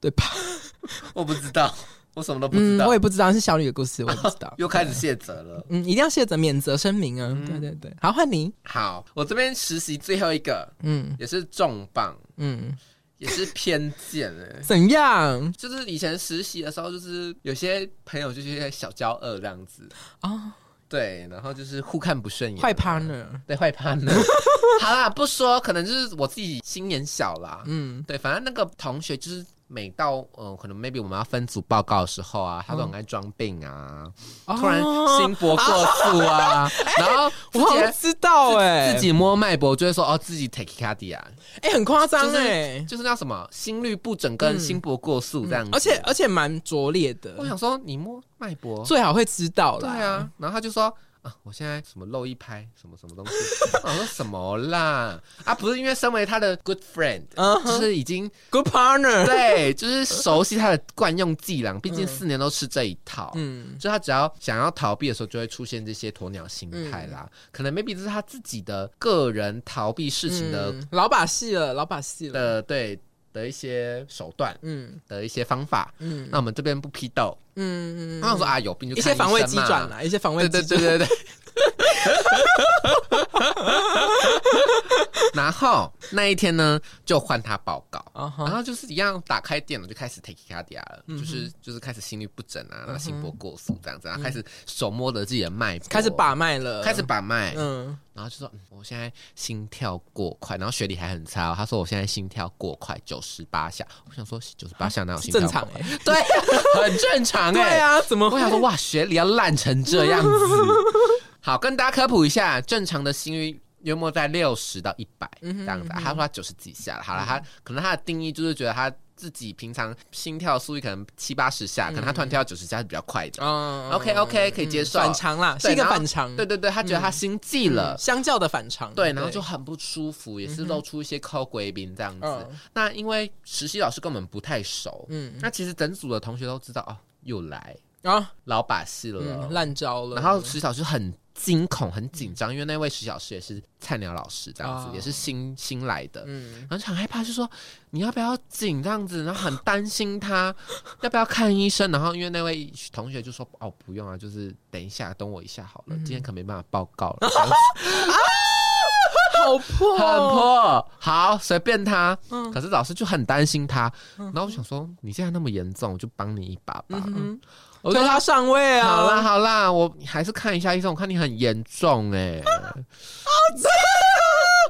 Speaker 2: 对吧？
Speaker 1: 我不知道，我什么 [LAUGHS] 都不知
Speaker 2: 嗯，
Speaker 1: 道。
Speaker 2: 我也不知道是小女的故事，我也不知道
Speaker 1: [LAUGHS] 。又开始卸责了。
Speaker 2: 嗯，一定要卸责免责声明啊！对对对，好换你。
Speaker 1: 好，我这边实习最后一个
Speaker 2: 嗯
Speaker 1: 也是重磅，
Speaker 2: 嗯，
Speaker 1: 也是偏见哎、
Speaker 2: 怎样
Speaker 1: 就是以前实习的时候，就是有些朋友就是一些小骄傲这样子，
Speaker 2: 啊？
Speaker 1: 对，然后就是互看不顺眼，
Speaker 2: 坏 partner，
Speaker 1: 对，坏趴 [LAUGHS] 呢。好啦，不说，可能就是我自己心眼小啦。
Speaker 2: 嗯
Speaker 1: 对，反正那个同学就是每到嗯、呃，可能 maybe 我们要分组报告的时候啊，他都很爱装病啊，
Speaker 2: 哦哎
Speaker 1: 突然心搏过速
Speaker 2: [LAUGHS]
Speaker 1: 啊，然后
Speaker 2: 我好像
Speaker 1: 自己
Speaker 2: 知道哎、
Speaker 1: 自己摸脉搏就会说哦，自己 tachycardia，
Speaker 2: 哎、很夸张
Speaker 1: 就是
Speaker 2: 哎，嗯
Speaker 1: 就是那什么心律不整跟心搏过速这样子。
Speaker 2: 而且而且蛮拙劣的
Speaker 1: 我，想说，你摸脉搏，
Speaker 2: 最好会知道
Speaker 1: 啊对
Speaker 2: 啦。
Speaker 1: 啊，然后他就说。啊！我现在什么漏一拍，什么什么
Speaker 2: [LAUGHS]
Speaker 1: 东西，我说什么啦？啊，不是因为身为他的 good friend，、
Speaker 2: 嗯
Speaker 1: 就
Speaker 2: 哼
Speaker 1: 是已经
Speaker 2: ，Good partner，
Speaker 1: 对，啊就是熟悉他的惯用伎俩，毕竟四年都吃这一套。
Speaker 2: 嗯，
Speaker 1: 就他只要想要逃避的时候，就会出现这些鸵鸟心态啦。
Speaker 2: 嗯
Speaker 1: 可能 maybe 这是他自己的个人逃避事情的、
Speaker 2: 嗯老把戏了，老把戏了，
Speaker 1: 的对的一些手段
Speaker 2: 嗯
Speaker 1: 的一些方法。
Speaker 2: 嗯
Speaker 1: 那我们这边不批斗，
Speaker 2: 嗯嗯，
Speaker 1: 他想说啊有病就
Speaker 2: 一
Speaker 1: 看
Speaker 2: 些
Speaker 1: 医生
Speaker 2: 防卫机
Speaker 1: 嘛
Speaker 2: 转啦，一些防卫
Speaker 1: 对
Speaker 2: 机
Speaker 1: 对
Speaker 2: 转，
Speaker 1: 对对对。 [LAUGHS] 然后那一天呢，就换他报告。
Speaker 2: 啊
Speaker 1: 然
Speaker 2: 哈，
Speaker 1: 后就是一样，打开电脑就开始 tachycardia 了，
Speaker 2: 嗯
Speaker 1: 就是就是开始心律不整啊，然后心搏过速这样子，然后啊开始手摸着自己的脉搏，
Speaker 2: 嗯开始把脉了，
Speaker 1: 开始，把脉，
Speaker 2: 嗯，
Speaker 1: 然后就说、嗯我现在心跳过快，然后学理还很差、哦，他说我现在心跳过快九十八下，我想说九十八下哪哦有心跳
Speaker 2: 正
Speaker 1: 过
Speaker 2: 常
Speaker 1: 快？
Speaker 2: 哎、
Speaker 1: 对， [LAUGHS] 很正常
Speaker 2: 对
Speaker 1: 哎、
Speaker 2: 啊，怎么
Speaker 1: [LAUGHS] 我
Speaker 2: 会
Speaker 1: 想说，哇，学历要烂成这样
Speaker 2: [LAUGHS]
Speaker 1: 子。好，跟大家科普一下，正常的心率约莫在六十到一百
Speaker 2: 嗯
Speaker 1: 这样子啊。他说他九十几下了，好了，他可能他的定义就是觉得他自己平常心跳速率可能七八十下，可能他突然跳到九十下是比较快的。
Speaker 2: 嗯
Speaker 1: OK OK，可以接受。
Speaker 2: 反常啦，
Speaker 1: 对
Speaker 2: 是一个
Speaker 1: 然后
Speaker 2: 反常，
Speaker 1: 对对对，他觉得他心悸
Speaker 2: 嗯
Speaker 1: 了。
Speaker 2: 相较的反常，
Speaker 1: 对，然后就很不舒服，也是露出一些抠鬼饼这样子。
Speaker 2: 嗯
Speaker 1: 那因为实习老师跟我们不太熟，
Speaker 2: 嗯
Speaker 1: 那其实整组的同学都知道哦，又来
Speaker 2: 啊，
Speaker 1: 老把戏了，
Speaker 2: 嗯，烂招了，
Speaker 1: 然后石小师很惊恐、很紧张，因为那位石小师也是菜鸟老师，这样子、
Speaker 2: 哦
Speaker 1: 也是新新来的，
Speaker 2: 嗯，
Speaker 1: 然后就很害怕，就说你要不要紧这样子，然后很担心他要不要看医生，然后因为那位同学就说哦不用啊，就是等一下，等我一下好
Speaker 2: 嗯
Speaker 1: 了，今天可没办法报告
Speaker 2: [LAUGHS]
Speaker 1: 了，这样子
Speaker 2: [LAUGHS] 好破，哦
Speaker 1: 很，破，好随便他，
Speaker 2: 嗯
Speaker 1: 可是老师就很担心他，然后我想说你现在那么严重，我就帮你一把吧，
Speaker 2: 嗯
Speaker 1: 我
Speaker 2: 哼，
Speaker 1: 就
Speaker 2: 推他上位啊，
Speaker 1: 好啦，好啦，我还是看一下医生，我看你很严重哎、好贱，好
Speaker 2: 哦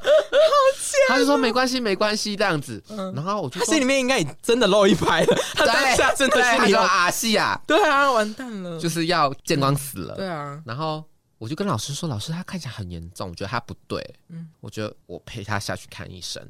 Speaker 1: 贱。他就说没关系，没关系这样子，然后我就
Speaker 2: 嗯他
Speaker 1: 说
Speaker 2: 心里，面应该也真的漏一拍了，他当下真的
Speaker 1: 对
Speaker 2: 心
Speaker 1: 他
Speaker 2: 里
Speaker 1: 说
Speaker 2: 有，
Speaker 1: 啊是呀，
Speaker 2: 对啊，完蛋了，
Speaker 1: 就是要见光死了。
Speaker 2: 对啊，
Speaker 1: 然后我就跟老师说，老师他看起来很严重，我觉得他不对，
Speaker 2: 嗯
Speaker 1: 我觉得我陪他下去看医生。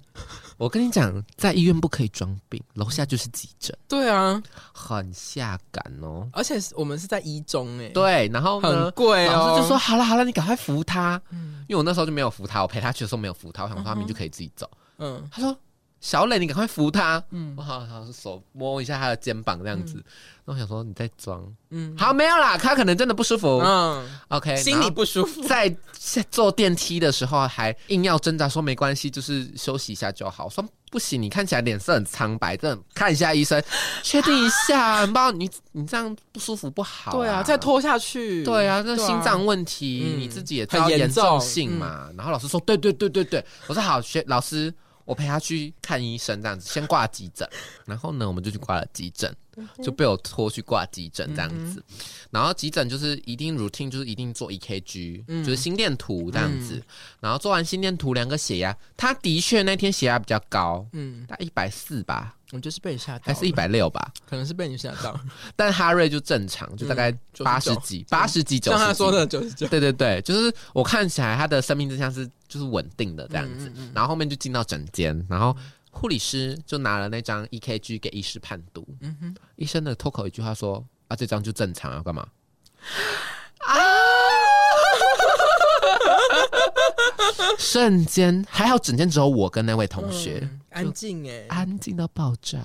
Speaker 1: 我跟你讲，在医院不可以装病，楼下就是急诊，
Speaker 2: 对啊，
Speaker 1: 很下感哦。
Speaker 2: 而且我们是在一中哎，，
Speaker 1: 对，然后呢？
Speaker 2: 很贵
Speaker 1: 老
Speaker 2: 哦，嗯
Speaker 1: 师就说好了好了，你赶快扶他。因为我那时候就没有扶他，我陪他去的时候没有扶他，我想说他明明就可以自己走。
Speaker 2: 嗯
Speaker 1: 他说小磊，你赶快扶他。
Speaker 2: 嗯
Speaker 1: 我好好手摸一下他的肩膀这样子。那我想说你在装，
Speaker 2: 嗯
Speaker 1: 好没有啦，他可能真的不舒服。
Speaker 2: 嗯，
Speaker 1: OK，
Speaker 2: 心里不舒服，
Speaker 1: 在在坐电梯的时候还硬要挣扎说没关系，就是休息一下就好。我说不行，你看起来脸色很苍白，这看一下医生，确定一
Speaker 2: [LAUGHS]
Speaker 1: 下，不然你你这样不舒服不好、
Speaker 2: 对啊，再拖下去，
Speaker 1: 对啊，那
Speaker 2: 对啊
Speaker 1: 心脏问题、
Speaker 2: 嗯
Speaker 1: 你自己也知道
Speaker 2: 很严
Speaker 1: 严重
Speaker 2: 重嗯
Speaker 1: 性嘛。然后老师说，对对对对对，我说好，学老师，我陪他去看医生这样子，先挂急诊。然后呢，我们就去挂了急诊，
Speaker 2: 嗯
Speaker 1: 就被我拖去挂急诊这样子。然后急诊就是一定 routine，就是一定做 EKG，、就是
Speaker 2: 嗯
Speaker 1: 心电图这样子。然后做完心电图，量个血压，他的确那天血压比较高，
Speaker 2: 嗯，
Speaker 1: 大概一百四吧，
Speaker 2: 我就是被你吓到，
Speaker 1: 还是一，百六吧。
Speaker 2: 可能是被你吓到，
Speaker 1: 但哈瑞就正常，就大概
Speaker 2: 嗯
Speaker 1: 八十
Speaker 2: 99
Speaker 1: 几、八十几、九
Speaker 2: 像
Speaker 1: 十
Speaker 2: 他
Speaker 1: 几
Speaker 2: 说的九十九，
Speaker 1: 对对对，就是我看起来他的生命真相是就是稳定的这样
Speaker 2: 嗯
Speaker 1: 子，然后后面就进到诊间，然后护理师就拿了那张 EKG 给医师判读，
Speaker 2: 嗯哼。
Speaker 1: 医生的脱口一句话说啊这张就正常啊干嘛？啊！瞬间还好，诊间只有我跟那位同学，
Speaker 2: 嗯安静哎、
Speaker 1: 安静到爆炸。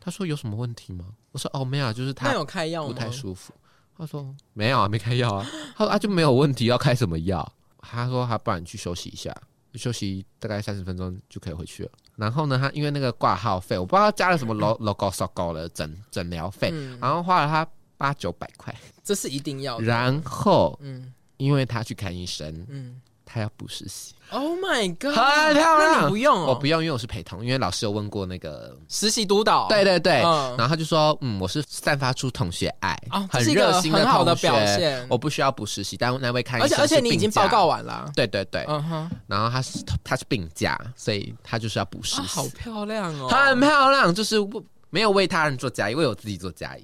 Speaker 1: 他说有什么问题吗？我说哦没有啊，就是他
Speaker 2: 那有开药吗？
Speaker 1: 不太舒服。他说没有啊，没开药啊。 [LAUGHS] 他说啊就没有问题，要开什么药？他说他不然你去休息一下，休息大概三十分钟就可以回去了。然后呢，他因为那个挂号费，我不知道他加了什么 lo logo so go 的诊诊疗费，
Speaker 2: 嗯，
Speaker 1: 然后花了他八九百块。
Speaker 2: 这是一定要的。
Speaker 1: 然后
Speaker 2: 嗯
Speaker 1: 因为他去看医生，
Speaker 2: 嗯
Speaker 1: 他要补实习，
Speaker 2: ，Oh my god，
Speaker 1: 很漂亮
Speaker 2: 那你不用、哦，
Speaker 1: 我不用，因为我是陪同，因为老师有问过那个，
Speaker 2: 实习督导，
Speaker 1: 对对对，
Speaker 2: 嗯
Speaker 1: 然后他就说，嗯，我是散发出同学爱，
Speaker 2: 哦这
Speaker 1: 很
Speaker 2: 是一个
Speaker 1: 热心的
Speaker 2: 很好的
Speaker 1: 同学
Speaker 2: 表现
Speaker 1: 我不需要补实习，但那位看医
Speaker 2: 而且
Speaker 1: 生
Speaker 2: 而且
Speaker 1: 是
Speaker 2: 你已经
Speaker 1: 病假
Speaker 2: 报告，完啦。
Speaker 1: 对对对，
Speaker 2: 嗯哼，
Speaker 1: 然后他是他是病假，所以他就是要补实
Speaker 2: 啊，
Speaker 1: 习，
Speaker 2: 好漂亮哦，
Speaker 1: 很漂亮，就是不没有为他人做嫁衣，为我自己做
Speaker 2: [LAUGHS]
Speaker 1: 嫁衣，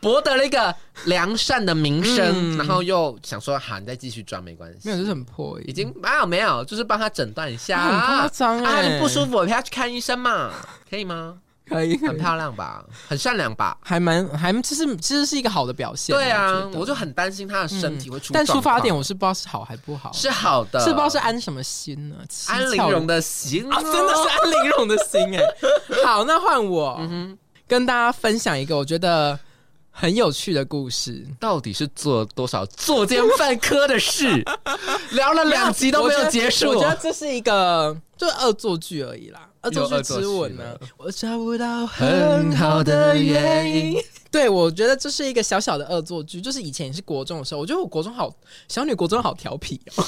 Speaker 1: 博得了一个良善的名声，然后又想说，好，你再继续装没关系，
Speaker 2: 嗯没有，就是很破
Speaker 1: 已经没有没有，就是帮他诊断一下，
Speaker 2: 很夸张
Speaker 1: 啊，
Speaker 2: 欸
Speaker 1: 你不舒服，我陪他去看医生嘛，可以吗？
Speaker 2: 可以，
Speaker 1: [LAUGHS] 很漂亮吧，很善良吧？
Speaker 2: 还蛮还其实其实是一个好的表现。
Speaker 1: 对啊，
Speaker 2: 觉得
Speaker 1: 我就很担心他的身体会出、
Speaker 2: 但出发点我是不知道是好还不好，
Speaker 1: 是好的，
Speaker 2: 是不知道是安什么心呢？七
Speaker 1: 安陵
Speaker 2: 窍
Speaker 1: 容的心、
Speaker 2: 啊，真的是安陵容的心
Speaker 1: [LAUGHS]
Speaker 2: 哎。好，那换我、
Speaker 1: 嗯
Speaker 2: 跟大家分享一个我觉得很有趣的故事。
Speaker 1: 到底是做了多少作奸犯科的 [LAUGHS] 事？聊了两集都没有结束
Speaker 2: 我觉得我觉得这是一个就是恶作剧而已啦。恶作剧之吻
Speaker 1: 又恶
Speaker 2: 呢
Speaker 1: 作，
Speaker 2: 我找不到很
Speaker 1: 很
Speaker 2: 好
Speaker 1: 好
Speaker 2: 的
Speaker 1: 的
Speaker 2: 原
Speaker 1: 原
Speaker 2: 因
Speaker 1: 因。
Speaker 2: 对，我觉得这是一个小小的恶作剧，就是以前也是国中的时候，我觉得我国中好小女国中好调皮哦。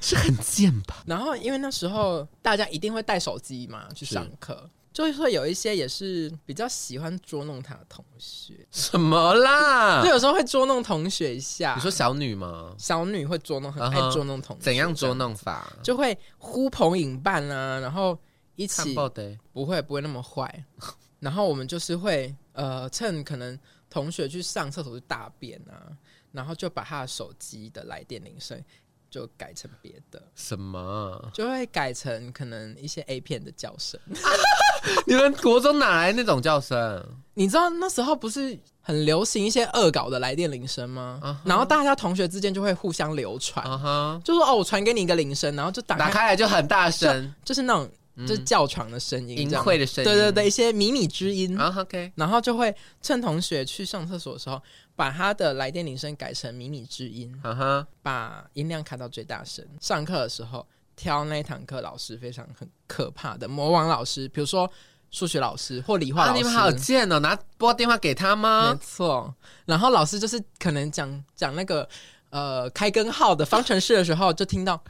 Speaker 1: 是很贱吧？
Speaker 2: 然后因为那时候大家一定会带手机嘛去上课，就是会有一些也是比较喜欢捉弄他的同学，
Speaker 1: 什么啦
Speaker 2: 就？有时候会捉弄同学一下。
Speaker 1: 啊你说小女吗？
Speaker 2: 小女会捉弄，很
Speaker 1: 嗯
Speaker 2: 爱
Speaker 1: 哼
Speaker 2: 捉弄同学，
Speaker 1: 怎样捉？弄法？
Speaker 2: 就会呼朋引伴啊，然后一
Speaker 1: 看
Speaker 2: 起
Speaker 1: 报的，
Speaker 2: 不会不会那么坏。 [LAUGHS] 然后我们就是会呃，趁可能同学去上厕所去大便啊，然后就把他的手机的来电铃声就改成别的，
Speaker 1: 什么？
Speaker 2: 就会改成可能一些 A 片的叫声。
Speaker 1: 你们国中哪来那种叫声？
Speaker 2: 你知道那时候不是很流行一些恶搞的来电铃声吗
Speaker 1: 啊哈
Speaker 2: 然后大家同学之间就会互相流传
Speaker 1: 啊哈！
Speaker 2: 就说哦，我传给你一个铃声，然后就打开，
Speaker 1: 打开来就很大声，嗯
Speaker 2: 就是那种、就是叫床的声音，
Speaker 1: 淫
Speaker 2: 这样
Speaker 1: 秽的声音。
Speaker 2: 对对对，一些靡靡之音。
Speaker 1: 啊，OK，
Speaker 2: 然后就会趁同学去上厕所的时候，把他的来电铃声改成靡靡之音，
Speaker 1: 啊哈，
Speaker 2: 把音量开到最大声。上课的时候挑那一堂课老师非常很可怕的魔王老师，比如说数学老师或理化
Speaker 1: 啊，
Speaker 2: 老
Speaker 1: 你
Speaker 2: 师。
Speaker 1: 们好贱哦！拿拨电话给他
Speaker 2: 没
Speaker 1: 吗？
Speaker 2: 错。然后老师就是可能讲讲那个呃开根号的方程式的时候，就 [LAUGHS] 听到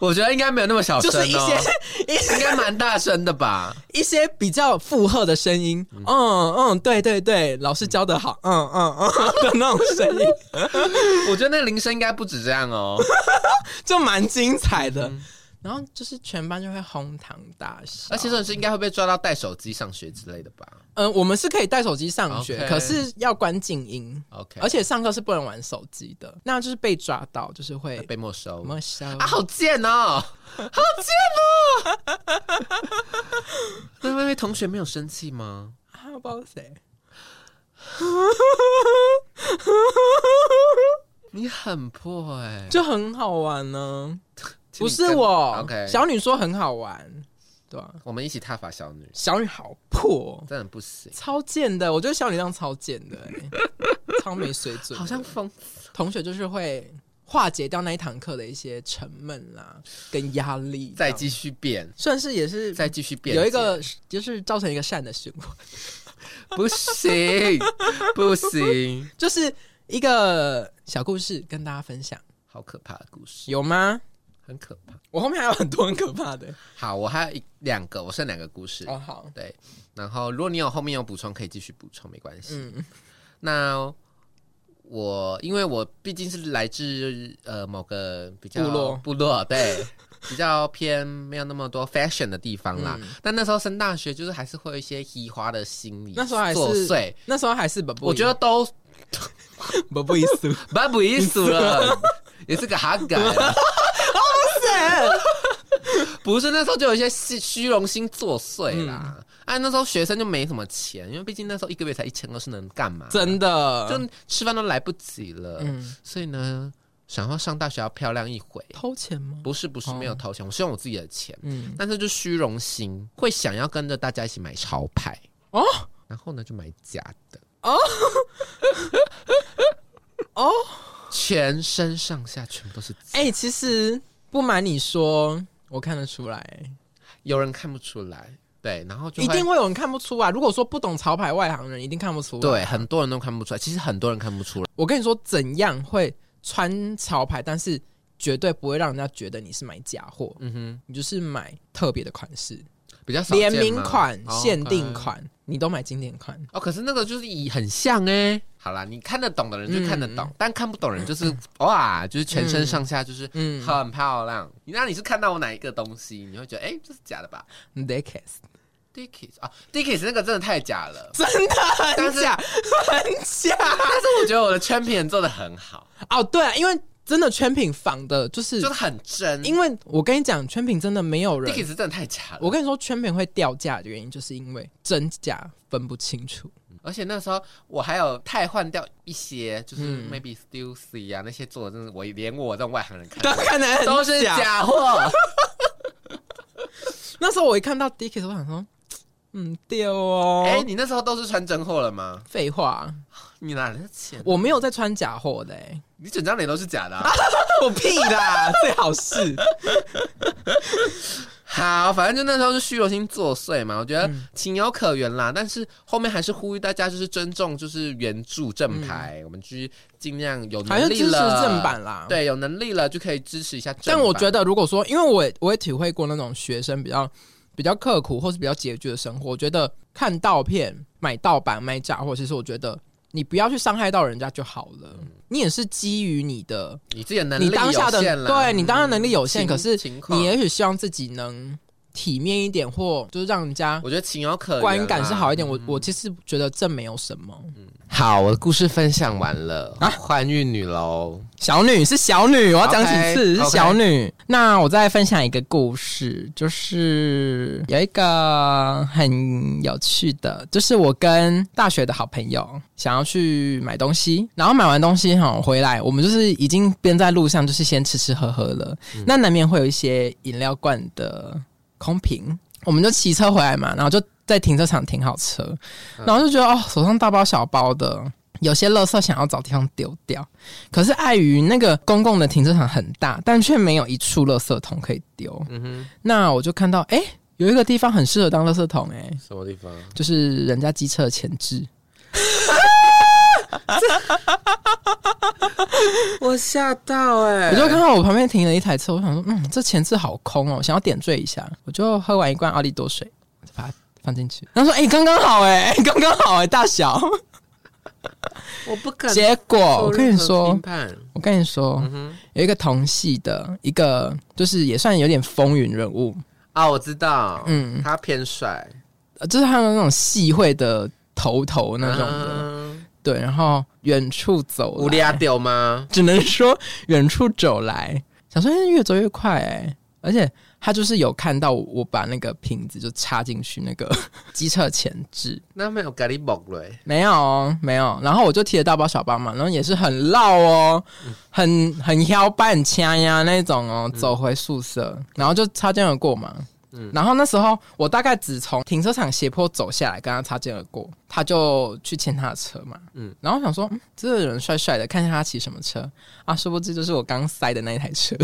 Speaker 1: 我觉得应该没有那么小声、哦，
Speaker 2: 就是一些 [LAUGHS] 一些
Speaker 1: [LAUGHS] 应该蛮大声的吧？
Speaker 2: 一些比较附和的声音，嗯嗯，对对对，老师教的好，嗯嗯 [LAUGHS] 嗯的那种声音，
Speaker 1: 我觉得那个铃声应该不止这样 [LAUGHS] 哦。
Speaker 2: 就蛮精彩的。然后就是全班就会哄堂大笑，
Speaker 1: 嗯而且这种事应该会被抓到带手机上学之类的吧
Speaker 2: 嗯，我们是可以带手机上学，
Speaker 1: OK
Speaker 2: 可是要关静音，
Speaker 1: ？OK，
Speaker 2: 而且上课是不能玩手机的，那就是被抓到，就是会
Speaker 1: 被没收
Speaker 2: 没收
Speaker 1: 啊，好贱 [LAUGHS] 哦，好 [LAUGHS] 贱哦！那位同学没有生气吗？
Speaker 2: 啊，不知道是谁。
Speaker 1: 你很破哎、
Speaker 2: 就很好玩呢、
Speaker 1: 请
Speaker 2: 不
Speaker 1: 你
Speaker 2: 是
Speaker 1: 跟
Speaker 2: 我
Speaker 1: OK，
Speaker 2: 小女说很好玩，对吧、
Speaker 1: 我们一起踏伐小女，
Speaker 2: 小女好破哦，
Speaker 1: 真的不行，
Speaker 2: 超贱的，我觉得小女这样超贱的、
Speaker 1: [LAUGHS]
Speaker 2: 欸，超没水准的。
Speaker 1: 好像疯子。
Speaker 2: 同学就是会化解掉那一堂课的一些沉闷啦，跟压力，
Speaker 1: 再继，续变，
Speaker 2: 算是也是
Speaker 1: 再继续变，
Speaker 2: 有一个就是造成一个善的循环，
Speaker 1: [LAUGHS] 不行，不行，
Speaker 2: [LAUGHS] 就是一个小故事跟大家分享，
Speaker 1: 好可怕的故事，
Speaker 2: 有吗？
Speaker 1: 很可怕。
Speaker 2: 我后面还有很多很可怕的
Speaker 1: 好，我还有一两个，我剩两个故事。
Speaker 2: 哦，好，
Speaker 1: 对，然后如果你有后面有补充，可以继续补充，没关系。
Speaker 2: 嗯
Speaker 1: 那我因为我毕竟是来自呃某个比较
Speaker 2: 部落
Speaker 1: 部落对比较偏没有那么多 fashion 的地方
Speaker 2: 嗯
Speaker 1: 啦。但那时候升大学，就是还是会有一些嘻花的心理
Speaker 2: 那时候还是
Speaker 1: 作祟，
Speaker 2: 那时候还是不，
Speaker 1: 我觉得都
Speaker 2: [LAUGHS] 不不意思，
Speaker 1: 蛮不艺术
Speaker 2: [LAUGHS]
Speaker 1: 了，也是个哈改啦。不是那时候就有一些虚虚荣心作祟啦。
Speaker 2: 嗯
Speaker 1: 啊，那时候学生就没什么钱，因为毕竟那时候一个月才一千二，是能干嘛？
Speaker 2: 真的
Speaker 1: 就吃饭都来不及了。
Speaker 2: 啊嗯
Speaker 1: 所以呢，想要上大学要漂亮一回，
Speaker 2: 偷钱吗？
Speaker 1: 不是不是
Speaker 2: 哦
Speaker 1: 没有投钱，我是用我自己的钱，
Speaker 2: 嗯，
Speaker 1: 但是就虚荣心会想要跟着大家一起买潮牌
Speaker 2: 哦
Speaker 1: 哦，然后呢就买假的
Speaker 2: 哦
Speaker 1: 哦
Speaker 2: [LAUGHS] 哦
Speaker 1: 哦，全身上下全部都是假，
Speaker 2: 哎、其实不瞒你说，我看得出来，
Speaker 1: 有人看不出来，对，然后就
Speaker 2: 一定。会有人看不出来。啊如果说不懂潮牌外行人，一定看不出来。，
Speaker 1: 对，很多人都看不出来。其实很多人看不出来，
Speaker 2: 我跟你说，怎样会穿潮牌，但是绝对不会让人家觉得你是买假货，
Speaker 1: 嗯
Speaker 2: 你就是买特别的款式。
Speaker 1: 哼，比较少见
Speaker 2: 联
Speaker 1: 吗
Speaker 2: 名款、
Speaker 1: 哦
Speaker 2: 限定
Speaker 1: OK
Speaker 2: 款，你都买经典款。
Speaker 1: 哦，可是那个就是以很像哎、好啦，你看得懂的人就看得懂，但看不懂人
Speaker 2: [LAUGHS]
Speaker 1: 就是哇，就是全身上下就是
Speaker 2: 嗯
Speaker 1: 很漂亮。你那你是看到我哪一个东西，你会觉得哎、这是假的吧
Speaker 2: d e c a s
Speaker 1: ？Dickies 啊，Dickies 那个真的太假
Speaker 2: [LAUGHS]。
Speaker 1: 了
Speaker 2: 真的
Speaker 1: [LAUGHS] 但
Speaker 2: 很
Speaker 1: 是
Speaker 2: 假，很假。
Speaker 1: 但是我觉得我的圈片做的很好，
Speaker 2: 哦，对、啊，因为真的全品仿的，就是
Speaker 1: 就是很真。
Speaker 2: 因为我跟你讲，全品真的没有人。
Speaker 1: Dickies 真的太假了。
Speaker 2: 我跟你说，全品会掉价的原因，就是因为真假分不清
Speaker 1: [LAUGHS]
Speaker 2: 楚。
Speaker 1: 而且那时候我还有太换掉一些，就是
Speaker 2: 嗯
Speaker 1: maybe Stussy 啊那些做的，真的我连我这种外行人看
Speaker 2: 都看得很
Speaker 1: 都是
Speaker 2: 假。哦
Speaker 1: 假货。
Speaker 2: 那时候我一看到 Dickies，我想说，嗯，丢哦。
Speaker 1: 哎、你那时候都是穿真货了吗？
Speaker 2: 废话，
Speaker 1: 你哪来的钱？
Speaker 2: 我没有在穿假货的、欸，
Speaker 1: [LAUGHS] 你整张脸都是假
Speaker 2: [LAUGHS]
Speaker 1: 的、啊。
Speaker 2: 我屁啦， [LAUGHS] 最好是。
Speaker 1: 好，反正就那时候是虚荣心作祟嘛，我觉得
Speaker 2: 嗯
Speaker 1: 情有可原啦。但是后面还是呼吁大家，就是尊重，就是原著正牌，我们去尽量有
Speaker 2: 嗯好像
Speaker 1: 能力
Speaker 2: 支持
Speaker 1: 了，
Speaker 2: 正版啦。。
Speaker 1: 对，有能力了就可以支持一下正版。
Speaker 2: 但我觉得，如果说，因为我也我也体会过那种学生比较比较刻苦或是比较拮据的生活，我觉得看盗片、买盗版、买假货，其实我觉得你不要去伤害到人家就好了。你也是基于你的，
Speaker 1: 你自己嗯的能力
Speaker 2: 你当下的
Speaker 1: 有限啦
Speaker 2: 对你当下能力有
Speaker 1: 嗯
Speaker 2: 限，
Speaker 1: 情
Speaker 2: 可是
Speaker 1: 情况
Speaker 2: 你也许希望自己能体面一点，或就是让人家
Speaker 1: 我觉得情有可原啊啦
Speaker 2: 观感是好一点。我我其实觉得这没有什么。
Speaker 1: 好，我的故事分享完了啊，换玉女喽。
Speaker 2: 小女是小女，我要讲几
Speaker 1: OK，
Speaker 2: 次
Speaker 1: OK
Speaker 2: 是小女。那我再分享一个故事，就是有一个很有趣的，就是我跟大学的好朋友想要去买东西，然后买完东西哈回来，我们就是已经边在路上，就是先吃吃喝喝了，那难免会有一些饮料罐的空瓶，我们就骑车回来嘛，然后就在停车场停好车，然后就觉得哦，手上大包小包的。有些垃圾想要找地方丢掉，可是碍于那个公共的停车场很大，但却没有一处垃圾桶可以丢。
Speaker 1: 嗯哼，
Speaker 2: 那我就看到，哎、有一个地方很适合当垃圾桶、诶哎，
Speaker 1: 什么地方？
Speaker 2: 就是人家机车的前置。
Speaker 1: 我吓到哎
Speaker 2: 我就看到我欸旁边停了一台车，我想说，嗯，这前置好空哦，想要点缀一下，我就喝完一罐奥利多水，我就把它放进去。然后说，哎、刚刚好、哎， [LAUGHS] 刚刚好、哎，大小。
Speaker 1: 我不敢
Speaker 2: 结果我跟你说，
Speaker 1: 评判
Speaker 2: 我跟你说，有一个同系的一个，就是也算有点风云人物，
Speaker 1: 啊，我知道，嗯，
Speaker 2: 嗯
Speaker 1: 他偏帅
Speaker 2: 呃就是他们那种系会的头头那种的，
Speaker 1: 嗯
Speaker 2: 对。然后远处走
Speaker 1: 乌
Speaker 2: 来，
Speaker 1: 利亚丢吗？
Speaker 2: 只能说远处走来，想说、哎越走越快哎、而且他就是有看到我我把那个瓶子就插进去那个 [LAUGHS] 机车前置，
Speaker 1: 那没有咖喱먹래，
Speaker 2: 没有哦没有，然后我就提了大包小包嘛，然后也是很绕哦，很很腰掰很掐呀那种哦，走回宿舍，然后就擦肩而过嘛。然后那时候我大概只从停车场斜坡走下来，跟他擦肩而过，他就去牵他的车嘛。
Speaker 1: 嗯
Speaker 2: 嗯，然后我想说，嗯，这个人帅帅的，看一下他骑什么车啊？殊不知就是我刚塞的那一台车。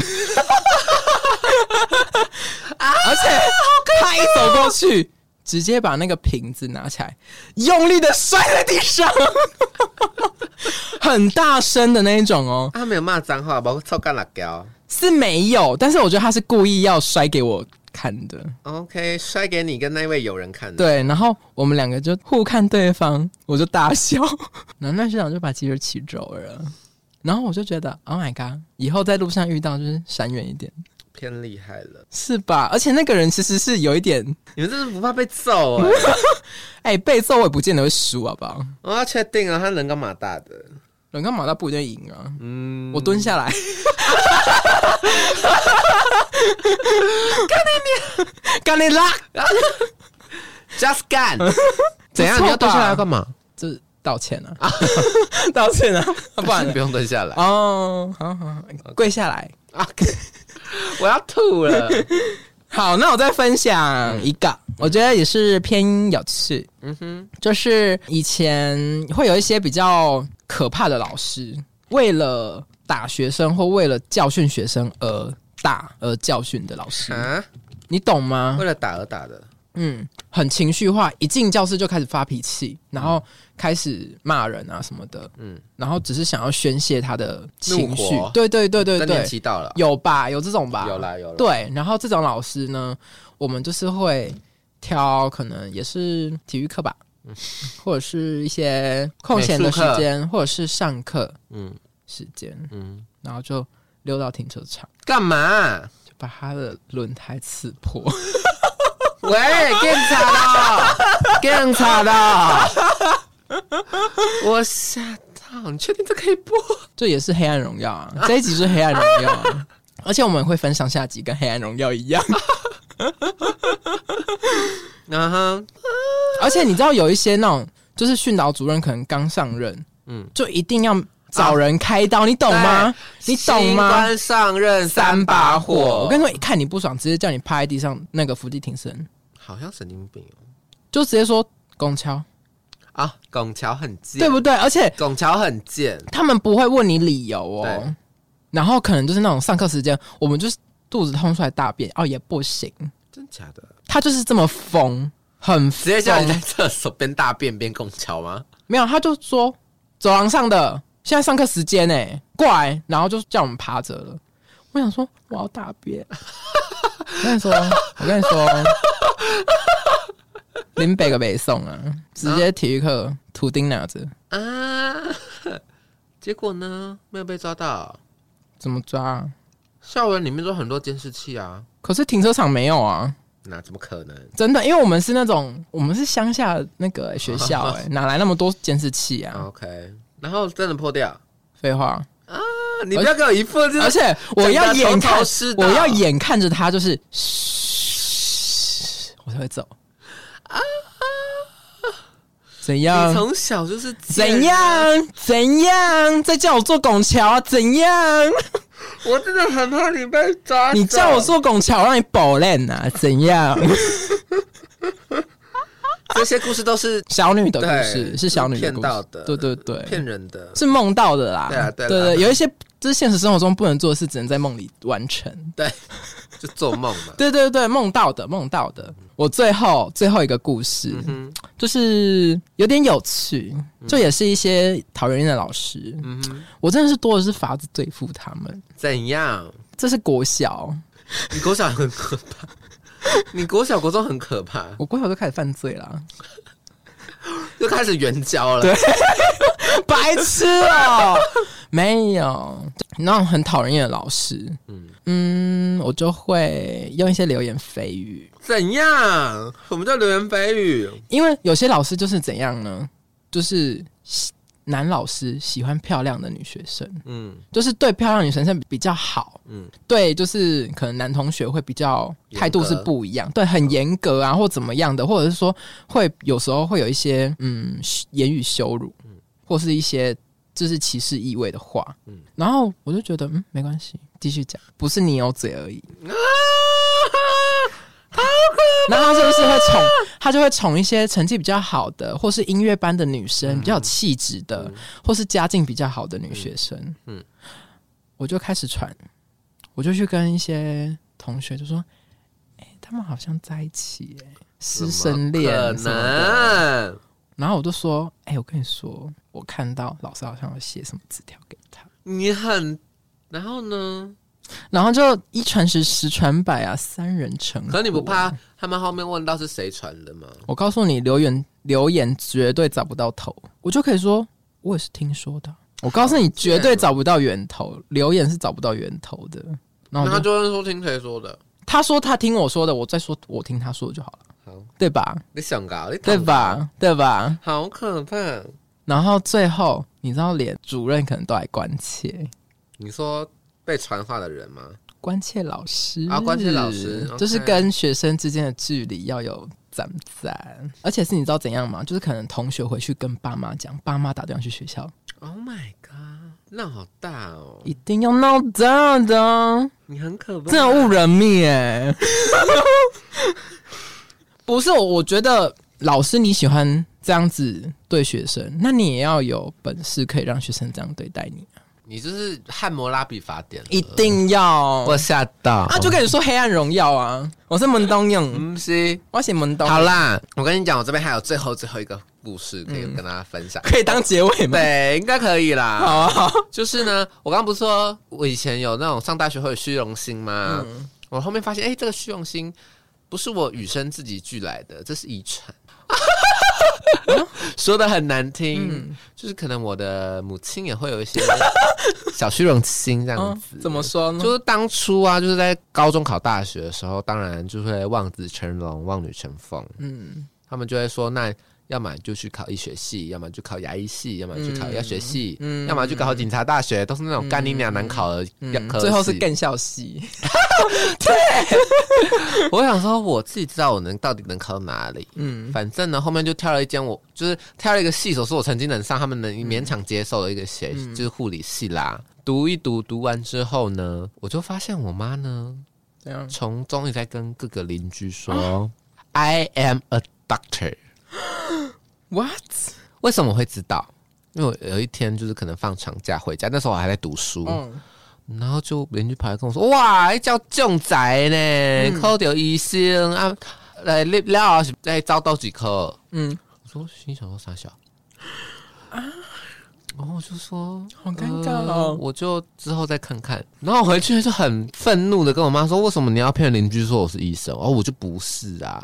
Speaker 2: 而且他一走过去，直接把那个瓶子拿起来，用力的摔在地上， [LAUGHS] 很大声的那一种哦，
Speaker 1: 啊他没有骂脏话，包括臭干辣椒。
Speaker 2: 是没有，但是我觉得他是故意要摔给我看的。
Speaker 1: OK，摔给你跟那位友人看的。
Speaker 2: 对，然后我们两个就互看对方，我就大笑， [LAUGHS] 然后那学长就把机车骑走了。然后我就觉得，Oh my god！以后在路上遇到就是闪远一点，
Speaker 1: 偏厉害了，
Speaker 2: 是吧？而且那个人其实是有一点，
Speaker 1: 你们真是不怕被揍
Speaker 2: [LAUGHS]
Speaker 1: 哎、
Speaker 2: 哎、被揍我也不见得会输，好不好？
Speaker 1: 我要确定啊，他人干嘛大的？
Speaker 2: 人干马到不一定赢啊！
Speaker 1: 嗯，
Speaker 2: 我蹲下来，嗯 [LAUGHS] 干你娘，干你啦！
Speaker 1: just 干，怎样？
Speaker 2: [LAUGHS] 不错吧
Speaker 1: 你要蹲下来要干嘛？
Speaker 2: 这道歉啊， [LAUGHS] 道歉啊， [LAUGHS] 不然
Speaker 1: [LAUGHS]
Speaker 2: 呢
Speaker 1: 不用蹲下来
Speaker 2: 哦，好好好，跪下来。
Speaker 1: 啊！我要吐了。
Speaker 2: 好，那我再分享一个，我觉得也是偏有趣，
Speaker 1: 嗯哼，
Speaker 2: 就是以前会有一些比较可怕的老师，为了打学生或为了教训学生而打而教训的老师，
Speaker 1: [LAUGHS] 啊，
Speaker 2: 你懂吗
Speaker 1: 为？了打而打的，
Speaker 2: 嗯，很情绪化，一进教室就开始发脾气，然后开始骂人啊什么的，
Speaker 1: 嗯
Speaker 2: 嗯，然后只是想要宣泄他的情绪
Speaker 1: 怒火，
Speaker 2: 对对对对
Speaker 1: 更年
Speaker 2: 对，
Speaker 1: 期到了，啊
Speaker 2: 有吧？有这种吧？
Speaker 1: 有啦有啦。
Speaker 2: 对，然后这种老师呢，我们就是会挑可能也是体育课吧，或者是一些空闲的时间，或者是上课
Speaker 1: 嗯
Speaker 2: 时间，
Speaker 1: 嗯，
Speaker 2: 然后就溜到停车场，
Speaker 1: 干嘛、
Speaker 2: 就把他的轮胎刺破。
Speaker 1: [LAUGHS] 喂，更惨了，更惨了！ [LAUGHS] 我吓到，你确定这可以播？
Speaker 2: 这也是黑暗荣耀啊！ [LAUGHS] 这一集是黑暗荣
Speaker 1: [LAUGHS]
Speaker 2: 耀、啊，而且我们会分上下集，跟黑暗荣耀一样。 [LAUGHS]
Speaker 1: 嗯哼，
Speaker 2: 而且你知道有一些那种，就是训导主任可能刚上任，
Speaker 1: 嗯啊
Speaker 2: 嗯，就一定要找人开刀，你懂吗？你懂
Speaker 1: 新
Speaker 2: 吗？
Speaker 1: 官上任三把火，
Speaker 2: 我跟你说，一看你不爽，直接叫你趴在地上那个伏地挺身，
Speaker 1: 好像神经病哦
Speaker 2: 就直接说拱敲，
Speaker 1: 啊！拱桥很贱，
Speaker 2: 对不对？而且
Speaker 1: 拱桥很贱，
Speaker 2: 他们不会问你理由哦
Speaker 1: 对。
Speaker 2: 然后可能就是那种上课时间，我们就是肚子痛出来大便，哦也不行，
Speaker 1: 真假的？
Speaker 2: 他就是这么疯，很
Speaker 1: 直接叫你在
Speaker 2: 疯
Speaker 1: 厕所边大便边拱桥吗？
Speaker 2: 没有，他就说走廊上的现在上课时间呢、欸过来，然后就叫我们趴着了。我想说我要大便，我跟你说，我跟你说，林北个北送啊，直接体育课图钉拿着，
Speaker 1: 啊！结果呢，没有被抓到。
Speaker 2: 怎么抓、啊？
Speaker 1: 校园里面都很多监视器啊，
Speaker 2: 可是停车场没有啊，
Speaker 1: 那怎么可能？
Speaker 2: 真的，因为我们是那种我们是乡下那个、学校、欸，哪来那么多监视器啊？
Speaker 1: OK，然后真的破掉嗯啊！
Speaker 2: 废话，
Speaker 1: 你不要给我一副就
Speaker 2: 而
Speaker 1: 是
Speaker 2: 且我要眼
Speaker 1: 整个头
Speaker 2: 看
Speaker 1: 头是，道
Speaker 2: 我要眼看着他，就是嘘，我才会走啊！怎
Speaker 1: 你
Speaker 2: 样？
Speaker 1: 从小就是贱人
Speaker 2: 怎？样？怎样？再叫我做拱桥啊？怎样？
Speaker 1: 我真的很怕你被抓。
Speaker 2: 你叫我，做拱桥，我让你保练啊？怎
Speaker 1: [LAUGHS]
Speaker 2: 样？
Speaker 1: 这些故事都是
Speaker 2: 小女的故
Speaker 1: 对
Speaker 2: 事是小女的
Speaker 1: 骗
Speaker 2: 故
Speaker 1: 到
Speaker 2: 事，
Speaker 1: 的，
Speaker 2: 对对对，
Speaker 1: 骗人的。
Speaker 2: 是梦到的啦。
Speaker 1: 对啊对
Speaker 2: 对
Speaker 1: 啦
Speaker 2: 对，有一些就是现实生活中不能做的事，只能在梦里完成。
Speaker 1: 对，就做梦嘛。
Speaker 2: 对对对，梦到的，梦到的。我最后最后一个故事，
Speaker 1: 嗯
Speaker 2: 就是有点有趣，就也是一些讨人厌的老师，
Speaker 1: 嗯哼，
Speaker 2: 我真的是多的是法子对付他们。
Speaker 1: 怎样？
Speaker 2: 这是国小，
Speaker 1: 你国小很可 [LAUGHS] 怕，你国小国中很可怕，
Speaker 2: 我国小就开始犯罪啦，
Speaker 1: 又开始援交了。
Speaker 2: 对白痴哦、没有那种很讨人厌的老师，
Speaker 1: 嗯
Speaker 2: 嗯我就会用一些流言蜚语，
Speaker 1: 怎样？什么叫流言蜚语？
Speaker 2: 因为有些老师就是怎样呢？就是喜男老师喜欢漂亮的女学生，
Speaker 1: 嗯
Speaker 2: 就是对漂亮女生是比较好，
Speaker 1: 嗯
Speaker 2: 对，就是可能男同学会比较态度是
Speaker 1: 严格
Speaker 2: 不一样，对，很严格啊，或怎么样的，或者是说会有时候会有一些嗯嘘言语羞辱，或是一些就是歧视意味的话，
Speaker 1: 嗯
Speaker 2: 然后我就觉得嗯没关系，继续讲，不是你有嘴而已。
Speaker 1: 啊
Speaker 2: 然后他是不是会宠他就会宠一些成绩比较好的，或是音乐班的女生，
Speaker 1: 嗯
Speaker 2: 比较有气质的，或是家境比较好的女学生。嗯，
Speaker 1: 嗯
Speaker 2: 我就开始传，我就去跟一些同学就说：“哎、他们好像在一起、哎，师生恋
Speaker 1: 怎
Speaker 2: 什
Speaker 1: 么
Speaker 2: 么的。啊
Speaker 1: 可能？”
Speaker 2: 然后我就说：“哎、我跟你说，我看到老师好像有写什么纸条给他。”
Speaker 1: 你很，然后呢？
Speaker 2: 然后就一传十，十传百啊，三人成。
Speaker 1: 可你不？怕他们后面问到是谁传的吗？
Speaker 2: 我告诉你，留言留言绝对找不到头，我就可以说，我也是听说的。我告诉你，绝对找不到源头，留言是找不到源头的。然
Speaker 1: 那
Speaker 2: 后我
Speaker 1: 他
Speaker 2: 就
Speaker 1: 就会说听谁说的？
Speaker 2: 他说他听我说的，我再说我听他说的就好了，
Speaker 1: 好，
Speaker 2: 对吧？
Speaker 1: 你想搞，你
Speaker 2: 对？吧？对吧？
Speaker 1: 好可怕！
Speaker 2: 然后最后，你知道，连主任可能都来关切，
Speaker 1: 你说被传话的人吗？
Speaker 2: 关切老师
Speaker 1: 啊关切老师
Speaker 2: 就是
Speaker 1: ，OK
Speaker 2: 跟学生之间的距离要有攒攒，而且是你知道怎样吗？就是可能同学回去跟爸妈讲，爸妈打电话去学校，
Speaker 1: Oh my god，那好大哦！
Speaker 2: 一定要闹大的，
Speaker 1: 你很可怕，
Speaker 2: 真的误人命哎、 [LAUGHS] 不是我，我觉得老师你喜欢这样子对学生，那你也要有本事可以让学生这样对待你，啊
Speaker 1: 你就是汉摩拉比法典了，
Speaker 2: 一定要。
Speaker 1: 我吓到
Speaker 2: 啊，就跟你说《黑暗荣耀》啊，我是门东勇，
Speaker 1: 嗯是。
Speaker 2: 我要写门东，
Speaker 1: 好啦，我跟你讲，我这边还有最后最后一个故事可以
Speaker 2: 嗯
Speaker 1: 跟大家分
Speaker 2: [LAUGHS]
Speaker 1: 享。
Speaker 2: 可以当结尾吗？
Speaker 1: 对，应该可以啦。
Speaker 2: 好啊，好啊
Speaker 1: 就是呢，我刚刚不是说
Speaker 2: 嗯
Speaker 1: 我以前有那种上大学会有虚荣心吗？我后面发现，哎、这个虚荣心不是我与生自己俱来的，这是遗传。
Speaker 2: 啊
Speaker 1: 说的很难
Speaker 2: 嗯
Speaker 1: 听，就是可能我的母亲也会有一些 [LAUGHS] 小虚荣心这样
Speaker 2: 嗯
Speaker 1: 子。，
Speaker 2: 怎么说呢？
Speaker 1: 就是当初啊，就是在高中考大学的时候，当然就会望子成龙、望女成凤。
Speaker 2: 嗯，
Speaker 1: 他们就会说，那要么就去考医学系，要么就考牙医系，要么去考药学系，
Speaker 2: 嗯
Speaker 1: 要么就考警察大学，都是那种干你娘难考的
Speaker 2: 嗯
Speaker 1: 科系。
Speaker 2: 最后是更笑戏，
Speaker 1: 我想说，我自己知道我能到底能考到哪里。
Speaker 2: 嗯
Speaker 1: 反正呢，后面就挑了一间我，就是挑了一个系所，是我曾经能上，他们能勉强接受的一个学，
Speaker 2: 嗯
Speaker 1: 就是护理系啦。读一读，读完之后呢，我就发现我妈呢，
Speaker 2: 这样
Speaker 1: 从中也在跟各个邻居
Speaker 2: 啊
Speaker 1: 说、i am a doctor。
Speaker 2: what？
Speaker 1: 为什么我会知道？因为我有一天就是可能放长假回家，那时候我还在读书，
Speaker 2: 嗯，
Speaker 1: 然后就邻居跑来跟我说：“哇，叫仲仔呢，
Speaker 2: 嗯
Speaker 1: 考到医生啊，来你了是来招到几科？”
Speaker 2: 嗯，
Speaker 1: 我说心想说傻小啊，然后我就说呃
Speaker 2: 啊好尴尬哦
Speaker 1: 我就之后再看看。然后我回去就很愤怒的跟我妈说：“为什么你要骗邻居说我是医生？”哦，我就不是啊。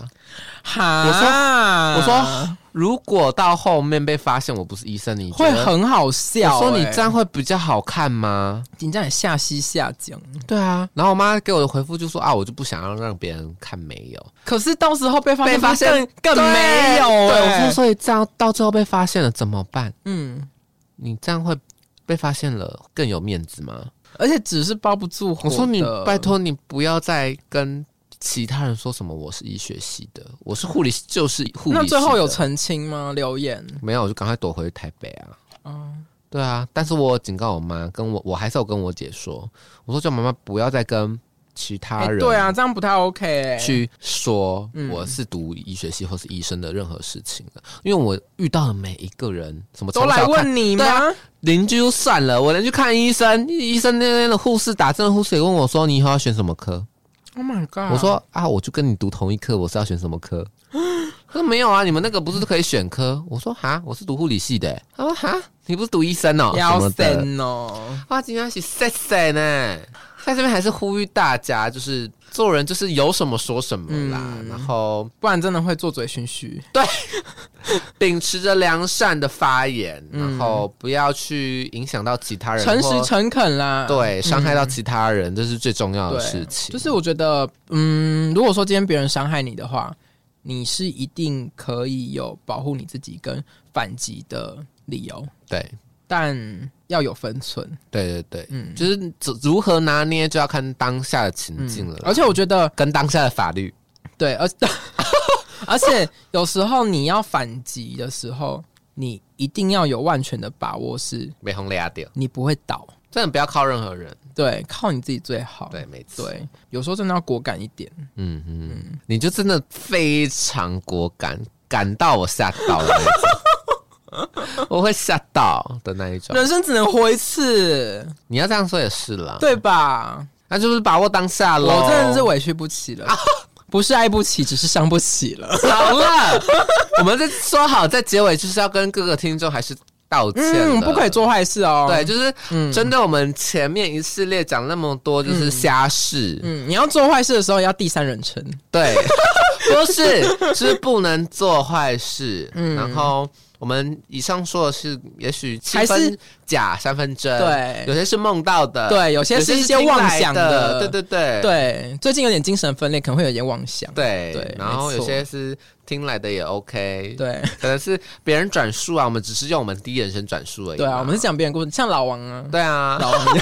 Speaker 2: 哈，
Speaker 1: 我
Speaker 2: 啊
Speaker 1: 我说，如果到后面被发现我不是医生，你觉
Speaker 2: 会
Speaker 1: 得
Speaker 2: 很好笑、
Speaker 1: 我说你
Speaker 2: 欸
Speaker 1: 这样会比较好看吗？
Speaker 2: 紧张也下西下降，
Speaker 1: 对啊，然后我妈给我的回复就说啊，我就不想要让别人看没有，
Speaker 2: 可是到时候被发现
Speaker 1: 被发现
Speaker 2: 更更没有、欸。
Speaker 1: 对，我说所以这样到最后被发现了怎么办？
Speaker 2: 嗯，
Speaker 1: 你这样会被发现了更有面子吗？
Speaker 2: 而且只是包不住火
Speaker 1: 我
Speaker 2: 的
Speaker 1: 说你拜，托你不要再跟其他人说什么我是医学系的，我是护理系，就是护理系的。
Speaker 2: 那最后有澄清吗？留言，
Speaker 1: 没有？我就赶快躲回台北啊。
Speaker 2: 嗯
Speaker 1: 对啊，但是我有警告我妈，跟我我还是有跟我姐说，我说叫妈妈不要再跟其他
Speaker 2: 哎、
Speaker 1: 人
Speaker 2: 对啊，这样不太 OK 欸、
Speaker 1: 去说
Speaker 2: 嗯
Speaker 1: 我是读医学系或是医生的任何事情的，因为我遇到的每一个人，什么
Speaker 2: 都
Speaker 1: 从小
Speaker 2: 来
Speaker 1: 看
Speaker 2: 问你吗？
Speaker 1: 对啊邻居就算了，我连去看医生，医生那边的护士打针的护士也问我说你以后要选什么科，
Speaker 2: Oh my god！
Speaker 1: 我说啊，我就跟你读同一科，我是要选什么科？他说没有啊，你们那个不是可以选科？我说哈，我是读护理系的、欸。他说哈，你不是读医生哦、什
Speaker 2: 要
Speaker 1: 么的。
Speaker 2: 神哦，
Speaker 1: 花锦要是晒晒呢，在这边还是呼吁大家，就是做人就是有什么说什么啦，
Speaker 2: 嗯
Speaker 1: 然后
Speaker 2: 不然真的会做嘴循序。
Speaker 1: 秉持着良善的发言，然后不要去影响到其他人，
Speaker 2: 嗯诚实
Speaker 1: 或
Speaker 2: 诚恳啦，
Speaker 1: 对伤害到其他人，这是最重要的
Speaker 2: 对，
Speaker 1: 事情。
Speaker 2: 就是我觉得，嗯，如果说今天别人伤害你的话，你是一定可以有保护你自己跟反击的理由，
Speaker 1: 对
Speaker 2: 但要有分寸。
Speaker 1: 对对对，
Speaker 2: 嗯
Speaker 1: 就是如如何拿捏，就要看当下的情
Speaker 2: 嗯
Speaker 1: 境了啦，
Speaker 2: 而且我觉得，
Speaker 1: 跟当下的法律。
Speaker 2: 对，而 [LAUGHS] 而且有时候你要反击的时候，你一定要有万全的把握，是
Speaker 1: 没红雷阿掉，
Speaker 2: 你不会倒。
Speaker 1: 真的不要靠任何人。
Speaker 2: 对，靠你自己最好。
Speaker 1: 对，没错。
Speaker 2: 哦对，有时候真的要果敢一点。
Speaker 1: 嗯嗯，你就真的非常果敢，敢到我吓到的那
Speaker 2: [LAUGHS]
Speaker 1: 种，我会吓到的那一种。
Speaker 2: 人生只能活一次，
Speaker 1: 你要这样说也是啦，，
Speaker 2: 对吧？
Speaker 1: 那就是把握当下喽。
Speaker 2: 我真的是委屈不起
Speaker 1: 啊
Speaker 2: 了，不是爱不起，只是伤不起 [LAUGHS]
Speaker 1: [LAUGHS]
Speaker 2: 了。
Speaker 1: 好了，我们这说好在结尾就是要跟各个听众还是道歉的
Speaker 2: 嗯，不可以。做坏事哦。
Speaker 1: 对，，就是
Speaker 2: 嗯
Speaker 1: 针对我们前面一系列讲那么多，就是瞎事，
Speaker 2: 嗯，你要做坏事的时候要第三人称。 [LAUGHS]
Speaker 1: 对，不是，就是不能做坏事。
Speaker 2: 嗯
Speaker 1: 然后我们以上说的是，也许七
Speaker 2: 还是
Speaker 1: 分假三分真，
Speaker 2: 对
Speaker 1: 有些是梦到的，
Speaker 2: 对有些
Speaker 1: 有
Speaker 2: 是
Speaker 1: 些
Speaker 2: 一些
Speaker 1: 听
Speaker 2: 妄
Speaker 1: 来
Speaker 2: 想
Speaker 1: 的，
Speaker 2: 的
Speaker 1: 对对对
Speaker 2: 对，最近有点精神分裂，可能会有点妄想。
Speaker 1: 对
Speaker 2: 对
Speaker 1: 然后
Speaker 2: 没
Speaker 1: 有
Speaker 2: 错
Speaker 1: 些是听来的也 OK，，
Speaker 2: 对
Speaker 1: 可能是别人转述啊，我们只是用我们第一人称转述而已嘛。
Speaker 2: 对啊，我们是讲别人故事，像老王啊，
Speaker 1: 对啊，
Speaker 2: 老王。
Speaker 1: [LAUGHS]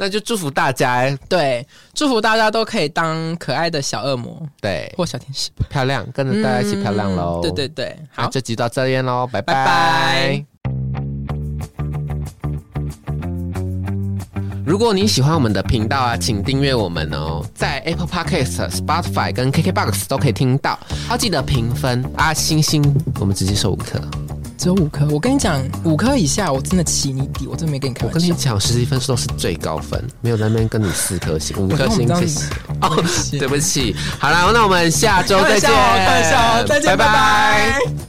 Speaker 1: 那就祝福大家，
Speaker 2: 对，祝福大家都可以当可爱的小恶魔
Speaker 1: 对，
Speaker 2: 或小天使吧。
Speaker 1: 漂亮，跟着大家一起漂亮喽、
Speaker 2: 嗯对对，对，
Speaker 1: 那
Speaker 2: 好，
Speaker 1: 这集到这边喽，拜
Speaker 2: 拜拜
Speaker 1: 如果你喜欢我们的频道啊，请订阅我们哦，在 Apple Podcast、Spotify 跟 KKBox 都可以听到。要记得评分啊，星星，我们直接收五颗。
Speaker 2: 只有五颗。我跟你讲，五颗以下我真的起你底，我真的没跟你开
Speaker 1: 我
Speaker 2: 玩
Speaker 1: 跟你
Speaker 2: 笑。
Speaker 1: 讲，实际分数都是最高分，没有在那边跟你四颗星、五颗
Speaker 2: 我
Speaker 1: 星
Speaker 2: 跟我，
Speaker 1: 谢谢。
Speaker 2: 们这样子 [LAUGHS]
Speaker 1: 对不起，好啦，那我们下周
Speaker 2: 开
Speaker 1: 再见
Speaker 2: 玩笑哦，开玩笑哦，再见，
Speaker 1: 拜
Speaker 2: 拜拜